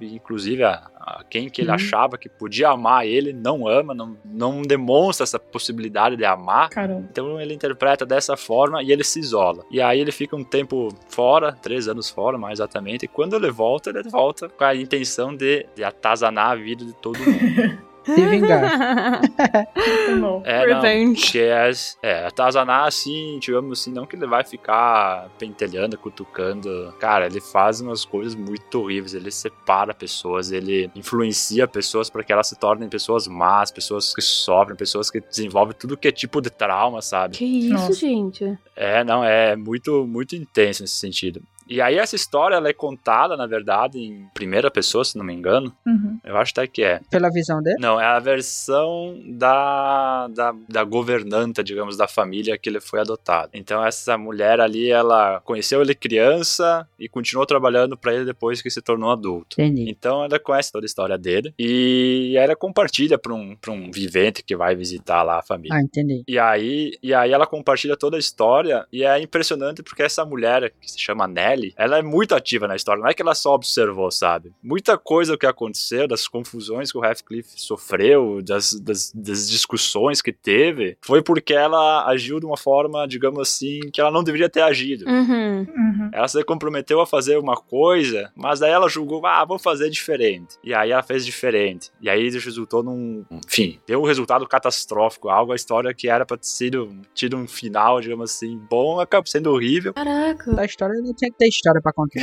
e inclusive a, a quem que ele Hum. achava que podia amar ele não ama, não, não demonstra essa possibilidade de amar. Caramba. Então ele interpreta dessa forma e ele se isola. E aí ele fica um tempo fora, três anos fora, mais exatamente. E quando ele volta, ele volta com a intenção de, de atazanar a vida de todo mundo. [laughs] Se vingar. Muito bom. É, não. Revenge. Que é, é, atazanar assim, digamos assim, não que ele vai ficar pentelhando, cutucando. Cara, ele faz umas coisas muito horríveis. Ele separa pessoas, ele influencia pessoas para que elas se tornem pessoas más, pessoas que sofrem, pessoas que desenvolvem tudo que é tipo de trauma, sabe? que isso, Nossa. gente. É, não, é muito, muito intenso nesse sentido. E aí essa história, ela é contada, na verdade, em primeira pessoa, se não me engano. Uhum. Eu acho até que é. Pela visão dele? Não, é a versão da, da, da governanta, digamos, da família que ele foi adotado. Então essa mulher ali, ela conheceu ele criança e continuou trabalhando pra ele depois que se tornou adulto. Entendi. Então ela conhece toda a história dele e ela compartilha pra um, pra um vivente que vai visitar lá a família. Ah, entendi. E aí, e aí ela compartilha toda a história e é impressionante porque essa mulher que se chama Nelly, ela é muito ativa na história, não é que ela só observou, sabe? Muita coisa que aconteceu, das confusões que o Heathcliff sofreu, das, das, das discussões que teve, foi porque ela agiu de uma forma, digamos assim, que ela não deveria ter agido. Uhum. Uhum. Ela se comprometeu a fazer uma coisa, mas daí ela julgou, ah, vou fazer diferente. E aí ela fez diferente. E aí isso resultou num. Enfim, deu um resultado catastrófico. Algo, a história que era pra ter sido tido um final, digamos assim, bom, acabou sendo horrível. Caraca. Da história não tinha que ter história pra contar.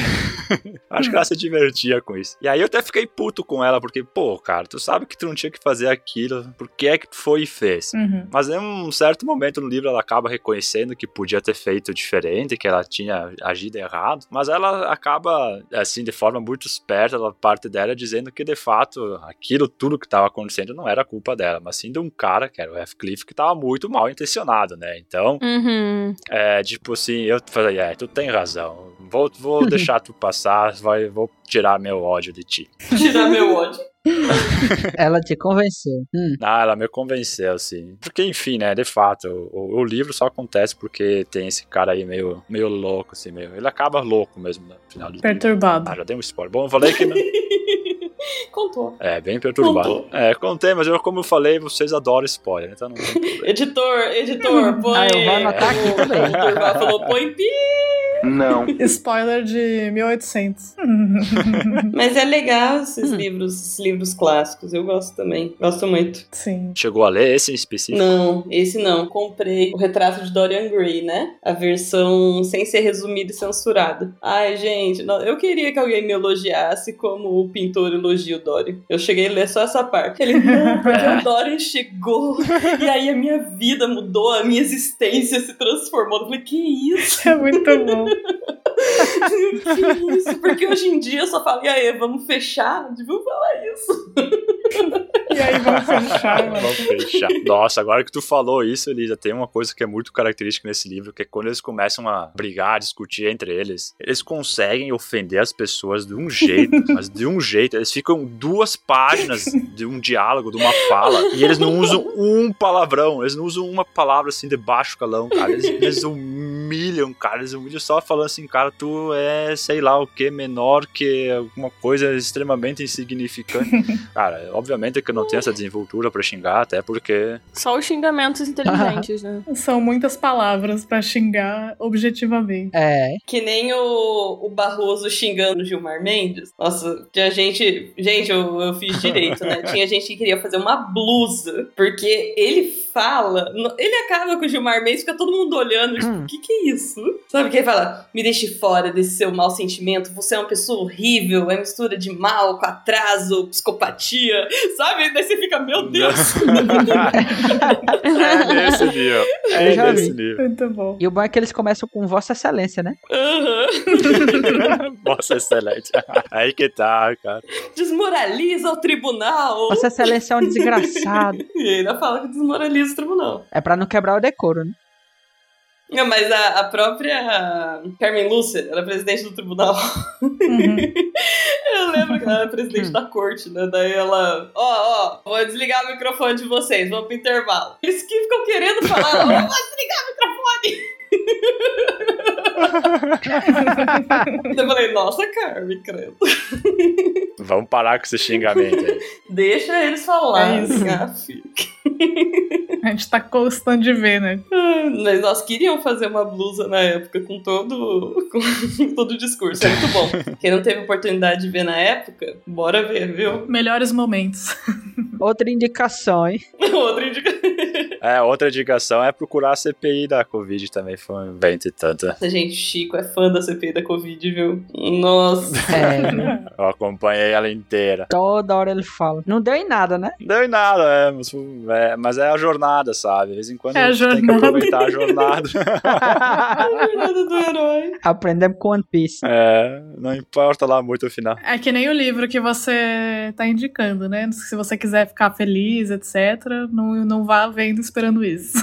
Acho que ela se divertia com isso. E aí eu até fiquei puto com ela, porque, pô, cara, tu sabe que tu não tinha que fazer aquilo, por que é que tu foi e fez? Uhum. Mas em um certo momento no livro ela acaba reconhecendo que podia ter feito diferente, que ela tinha agido errado, mas ela acaba, assim, de forma muito esperta da parte dela, dizendo que de fato aquilo tudo que estava acontecendo não era culpa dela, mas sim de um cara, que era o Heathcliff, que estava muito mal intencionado, né? Então, Uhum. é tipo assim, eu falei, é, tu tem razão, vou, vou deixar tu passar, vai, vou tirar meu ódio de ti. Tirar meu ódio. Ela te convenceu. Hum. Ah, ela me convenceu, assim. Porque, enfim, né, de fato, o, o- o livro só acontece porque tem esse cara aí meio, meio louco, assim, meio. Ele acaba louco mesmo né, no final do livro. Perturbado. Ah, já dei um spoiler. Bom, eu falei que. não- Contou. É, bem perturbado. Contou. É, contei, mas eu, como eu falei, vocês adoram spoiler, então não. Editor, editor, põe. Ah, eu vou anotar aqui O também. editor lá falou, põe pi. Não. Spoiler de 1800. Mas é legal esses Hum. livros, esses livros clássicos. Eu gosto também. Gosto muito. Sim. [laughs] Chegou a ler esse em específico? Não, esse não. Comprei o retrato de Dorian Gray, né? A versão sem ser resumida e censurada. Ai, gente, não- eu queria que alguém me elogiasse como o pintor elogia o Dorian. Eu cheguei a ler só essa parte. Ele, não, porque o Dorian chegou e aí a minha vida mudou, a minha existência se transformou. Eu falei, que isso? É muito bom. que isso? Porque hoje em dia eu só falo, e aí, vamos fechar? Vamos falar isso. E aí vamos fechar, mano. [laughs] Vamos fechar. Nossa, agora que tu falou isso, Elisa, tem uma coisa que é muito característica nesse livro, que é quando eles começam a brigar, discutir entre eles, eles conseguem ofender as pessoas de um [laughs] jeito, mas de um jeito. Eles ficam duas páginas de um diálogo, de uma fala, e eles não usam um palavrão, eles não usam uma palavra assim de baixo calão, cara. Eles, eles humilham, cara. Eles humilham só falando assim, cara, tu é, sei lá o que, menor que alguma coisa extremamente insignificante. Cara, obviamente que eu não tenho essa desenvoltura pra xingar, até porque. Só os xingamentos inteligentes, né? São muitas palavras pra xingar objetivamente. É. Que nem o, o Barroso xingando o Gilmar Mendes. Nossa, tinha gente. Gente, eu, eu fiz direito, né? Tinha gente que queria fazer uma blusa. Porque ele fala. no- Ele acaba com o Gilmar Mendes, fica todo mundo olhando. Tipo, o que, que é isso? Sabe? Que ele fala: me deixe fora desse seu mau sentimento. Você é uma pessoa horrível. É mistura de mal com atraso, psicopatia. Sabe? Daí você fica: meu [laughs] Deus. é nesse nível. Eu É já nesse vi. nível. Muito bom. E o bom é que eles começam com Vossa Excelência, né? Aham. Nossa, excelente. [laughs] Aí que tá, cara. Desmoraliza o tribunal. Vossa Excelência é um desgraçado. E ainda fala que desmoraliza o tribunal. É pra não quebrar o decoro, né? Não, mas a, a própria Carmen Lúcia era presidente do tribunal. [laughs] Uhum. Eu lembro que ela era Hum. presidente da corte, né? Daí ela, ó, ó, vou desligar o microfone de vocês, vamos pro intervalo. Eles que ficam querendo falar, ó, vou desligar o microfone. [laughs] Eu falei, nossa, Carmen, credo. Vamos parar com esse xingamento aí. Deixa eles falar. É isso. A gente tá constando de ver, né? Mas nós queríamos fazer uma blusa na época com todo, com [laughs] todo o discurso. É muito bom. Quem não teve oportunidade de ver na época, bora ver, viu? Melhores momentos. Outra indicação, hein? [laughs] Outra indicação. É, outra indicação é procurar a CPI da Covid também, foi um vento e tanta. Nossa, gente, Chico é fã da CPI da Covid, viu? Nossa. É, né? Eu acompanhei ela inteira. toda hora ele fala. Não deu em nada, né? Não deu em nada, é, mas, é, mas é a jornada, sabe? De vez em quando É a a gente tem que jornada. aproveitar a [laughs] jornada. A jornada do herói. Aprendemos com One Piece. É, não importa lá muito o final. É que nem o livro que você tá indicando, né? Se você quiser ficar feliz, etc., não, não vá vendo esperando isso.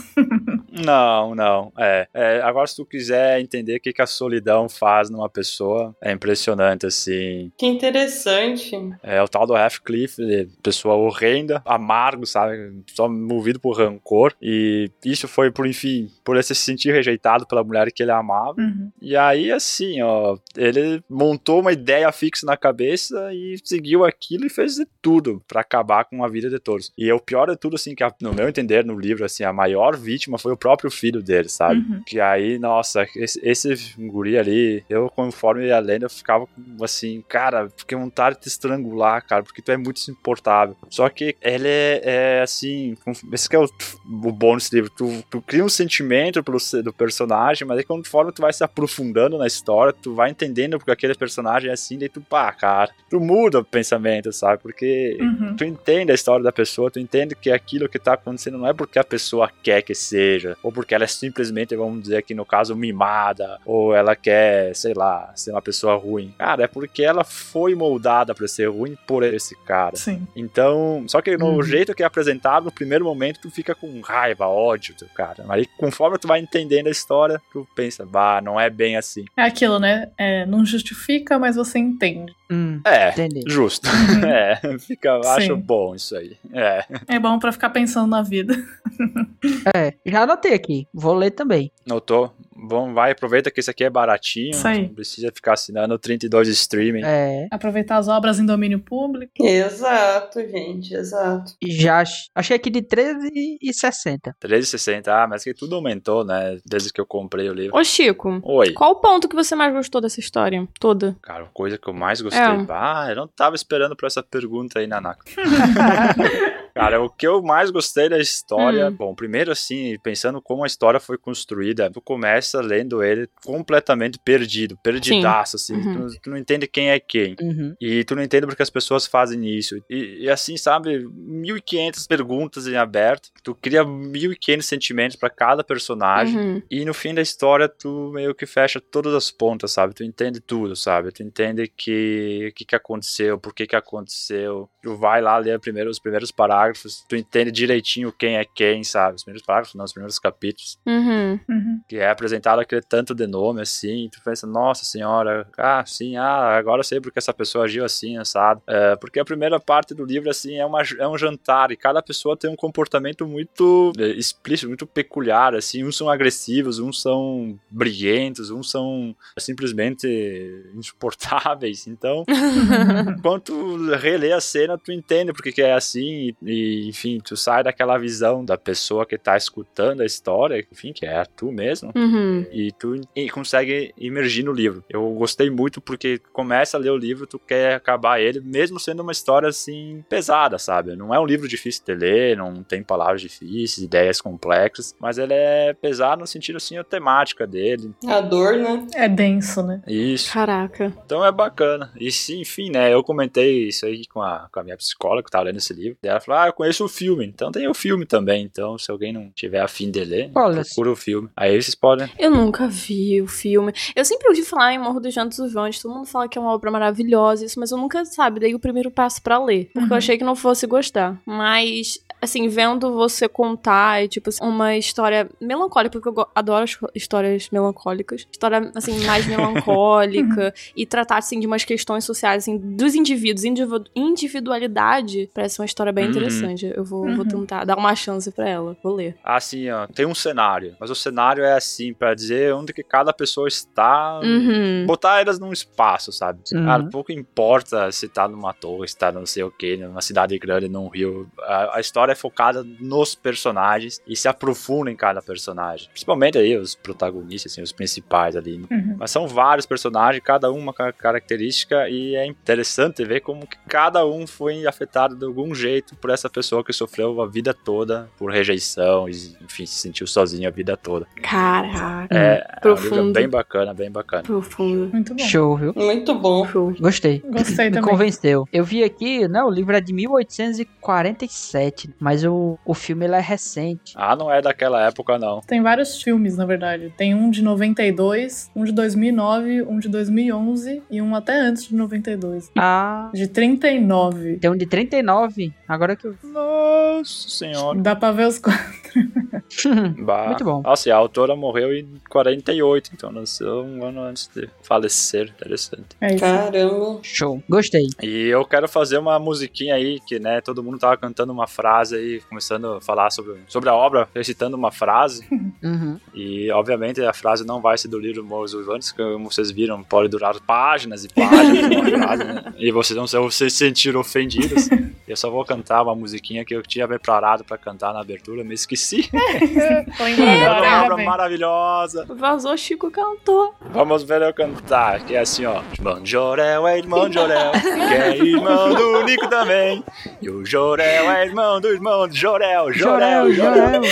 Não, não. É, é, agora, se tu quiser entender o que, que a solidão faz numa pessoa, é impressionante, assim. Que interessante. É o tal do Heathcliff, ele- pessoa horrenda, amargo, sabe? Só movido por rancor. E isso foi por, enfim, por ele se sentir rejeitado pela mulher que ele amava. Uhum. E aí, assim, ó, ele montou uma ideia fixa na cabeça e seguiu aquilo e fez de tudo pra acabar com a vida de todos. E o pior de tudo, assim, que a- no meu entender, no livro, assim, a maior vítima foi o próprio filho dele, sabe? Uhum. Que aí, nossa, esse, esse guri ali, eu conforme a lenda, eu ficava com, assim, cara, fiquei com vontade de te estrangular, cara, porque tu é muito insuportável. Só que ele é, é, assim, com- esse que é o, o bom desse livro, tu, tu cria um sentimento pro, se- do personagem, mas aí conforme tu vai se aprofundando na história, tu vai entendendo porque aquele personagem é assim, daí tu, pá, cara, tu muda o pensamento, sabe? Porque Uhum. tu entende a história da pessoa, tu entende que aquilo que tá acontecendo não é porque a pessoa quer que seja, ou porque ela é simplesmente, vamos dizer aqui no caso, mimada, ou ela quer, sei lá, ser uma pessoa ruim. Cara, é porque ela foi moldada pra ser ruim por esse cara. Sim. Então, só que no Uhum. jeito que é apresentado, no primeiro momento tu fica com raiva, ódio do cara. Mas aí, conforme tu vai entendendo a história, tu pensa, bah, não é bem assim. É aquilo, né? É, não justifica, mas você entende. Hum, É, entendi. justo. [laughs] é, fica, acho Sim. bom isso aí. É. É bom pra ficar pensando na vida. É, já anotei aqui. Vou ler também. Notou? Bom, vai, aproveita que isso aqui é baratinho. Isso aí. Não precisa ficar assinando 32 streaming. É, Aproveitar as obras em domínio público. Exato, gente, exato. já ach- achei aqui de 13,60. 3,60. Ah, mas que tudo aumentou, né? Desde que eu comprei o livro. [laughs] Ô, Chico, Oi. qual o ponto que você mais gostou dessa história toda? Cara, coisa que eu mais gostei. É. Ah, eu não tava esperando por essa pergunta aí, [laughs] Nanaka. Cara, o que eu mais gostei da história. Hum. Bom, primeiro, assim, pensando como a história foi construída, tu começa lendo ele completamente perdido, perdidaço, assim. Uhum. Tu, tu não entende quem é quem. Uhum. E tu não entende porque as pessoas fazem isso. E, e assim, sabe, 1500 perguntas em aberto. Tu cria 1500 sentimentos pra cada personagem. Uhum. E no fim da história, tu meio que fecha todas as pontas, sabe? Tu entende tudo, sabe? Tu entende que o que, que aconteceu, por que, que aconteceu. Tu vai lá ler primeiro, os primeiros parágrafos, tu entende direitinho quem é quem, sabe? Os primeiros parágrafos, não, os primeiros capítulos. Uhum. Uhum. Que é apresentado aquele tanto de nome, assim, tu pensa, nossa senhora, ah, sim, ah, agora eu sei porque essa pessoa agiu assim, assado. É, porque a primeira parte do livro, assim, é, uma, é um jantar e cada pessoa tem um comportamento muito é, explícito, muito peculiar, assim, uns são agressivos, uns são briguentos, uns são simplesmente insuportáveis, então Uhum. quando tu relê a cena, tu entende porque que é assim, e, e, enfim, tu sai daquela visão da pessoa que tá escutando a história, enfim, que é tu mesmo, Uhum. e tu e consegue imergir no livro. Eu gostei muito porque começa a ler o livro, tu quer acabar ele, mesmo sendo uma história assim pesada, sabe? Não é um livro difícil de ler, não tem palavras difíceis, ideias complexas, mas ele é pesado no sentido assim, a temática dele. A dor, né? É denso, né? Isso. Caraca. Então é bacana. E sim, enfim, né? Eu comentei isso aí com a, com a minha psicóloga que tava lendo esse livro. E ela falou: Ah, eu conheço o filme. Então tem o filme também. Então, se alguém não tiver afim de ler, Olha procura o filme. Aí vocês podem. Eu nunca vi o filme. Eu sempre ouvi falar em Morro dos Jantos dos Vãos. Todo mundo fala que é uma obra maravilhosa, isso, mas eu nunca, sabe, dei o primeiro passo pra ler. Porque Uhum. eu achei que não fosse gostar. Mas. Assim, vendo você contar, é, tipo, assim, uma história melancólica, porque eu go- adoro as histórias melancólicas. História, assim, mais [laughs] melancólica. Uhum. e tratar, assim, de umas questões sociais, assim, dos indivíduos, individu- individualidade. Parece uma história bem Uhum. interessante. Eu vou, vou Uhum. tentar dar uma chance pra ela. Vou ler. Assim, ó, tem um cenário. Mas o cenário é assim, pra dizer onde que cada pessoa está. Uhum. Botar elas num espaço, sabe? Uhum. Cara, pouco importa se tá numa torre, se tá não sei o que, numa cidade grande, num rio. A, a história é focada nos personagens e se aprofunda em cada personagem. Principalmente aí os protagonistas, assim, os principais ali. Uhum. Mas são vários personagens, cada um uma ca- característica, e é interessante ver como que cada um foi afetado de algum jeito por essa pessoa que sofreu a vida toda por rejeição, e, enfim, se sentiu sozinho a vida toda. Caraca. É, é um livro profundo. bem bacana, bem bacana. Profundo. Muito bom. Show, viu? Muito bom. Show. Gostei. Gostei [laughs] Me também. convenceu. Eu vi aqui, né? O livro é de 1847, mas o, o filme ele é recente. Ah, não é daquela época, não. Tem vários filmes, na verdade. Tem um de 92, um de 2009, um de 2011 e um até antes de 92. Ah, De 39. tem um de 39, agora que eu Nossa senhora. Dá pra ver os quatro. [laughs] Bah. Muito bom. Nossa, e a autora morreu em 48, então nasceu um ano antes de falecer. Interessante. Tá. É [laughs] isso. Caramba. Show. Gostei. E eu quero fazer uma musiquinha aí, que né, todo mundo tava cantando uma frase aí, começando a falar sobre, sobre a obra, recitando uma frase. Uhum. E obviamente a frase não vai ser do livro Morros Vivantes, que como vocês viram, pode durar páginas e páginas. [laughs] e páginas, né? E vocês vão se- se sentir ofendidos. Eu só vou cantar uma musiquinha que eu tinha preparado pra cantar na abertura, me esqueci. Foi Era é uma obra embora. maravilhosa. Vazou, Chico cantou. Vamos ver eu cantar, que é assim, ó. Irmão Jorel é irmão de Jorel, que é irmão do Nico também. E o Jorel é irmão do irmão de Jorel, Jorel, Jorel.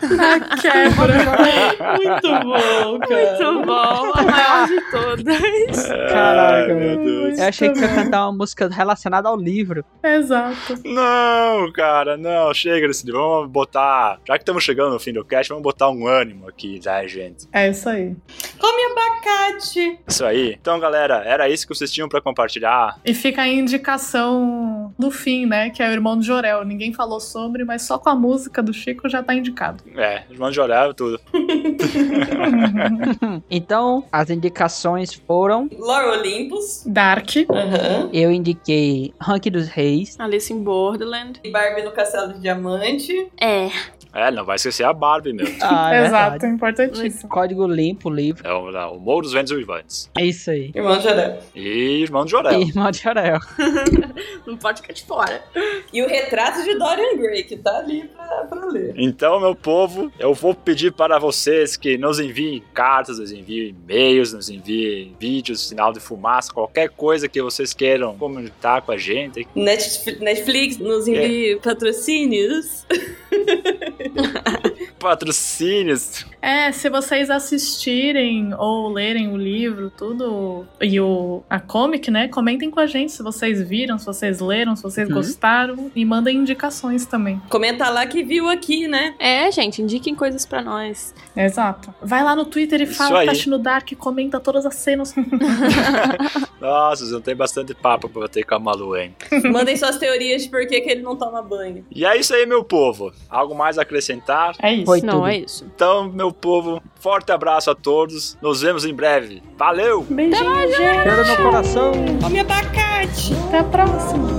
Tá Quebra. Muito bom, cara. Muito bom, a maior de todas. Caraca, É, meu Deus. Eu achei que ia cantar uma música relacionada ao livro. Exato. Não, cara, não, chega desse livro. Vamos botar. Já que estamos chegando no fim do cast, vamos botar um ânimo aqui, né, gente? É isso aí. Come abacate. Isso aí. Então, galera, era isso que vocês tinham pra compartilhar. E fica a indicação do fim, né? Que é o irmão de Jorel. Ninguém falou sobre, mas só com a música do Chico já tá indicado. É, irmão de Jorel, tudo. Então, as indicações foram: Laura Olympus. Dark. Aham. eu indiquei Rank dos [laughs] Reis. Alice in Borderland. E Barbie no Castelo de Diamante. É. É, não vai esquecer a Barbie, meu. Ah, é Exato, verdade. importantíssimo. Código limpo, livre. É o, não, o Moro dos Ventos Vivantes. É isso aí. Irmão de Jorel. E irmão de Jorel. Irmão de Aurel. Não pode ficar de fora. E o retrato de Dorian Gray, que tá ali pra, pra ler. Então, meu povo, eu vou pedir para vocês que nos enviem cartas, nos enviem e-mails, nos enviem vídeos, sinal de fumaça, qualquer coisa que vocês queiram comentar com a gente. É. Netf- Netflix nos envia patrocínios. patrocínios. É, se vocês assistirem ou lerem o livro, tudo, e o, a comic, né? Comentem com a gente se vocês viram, se vocês leram, se vocês Uhum. gostaram. E mandem indicações também. Comenta lá que viu aqui, né? É, gente, indiquem coisas pra nós. Exato. Vai lá no Twitter e Isso fala aí. Tati no Dark, comenta todas as cenas. Nossa, eu tenho bastante papo pra bater com a Malu, hein? Mandem suas teorias de por que, que ele não toma banho. E é isso aí, meu povo. Algo mais a acrescentar? É isso. Foi. Não, tudo. é isso. Então, meu povo, forte abraço a todos. Nos vemos em breve. Valeu! Beijinho, gente. Cheiro no coração. Come abacate! Até a próxima.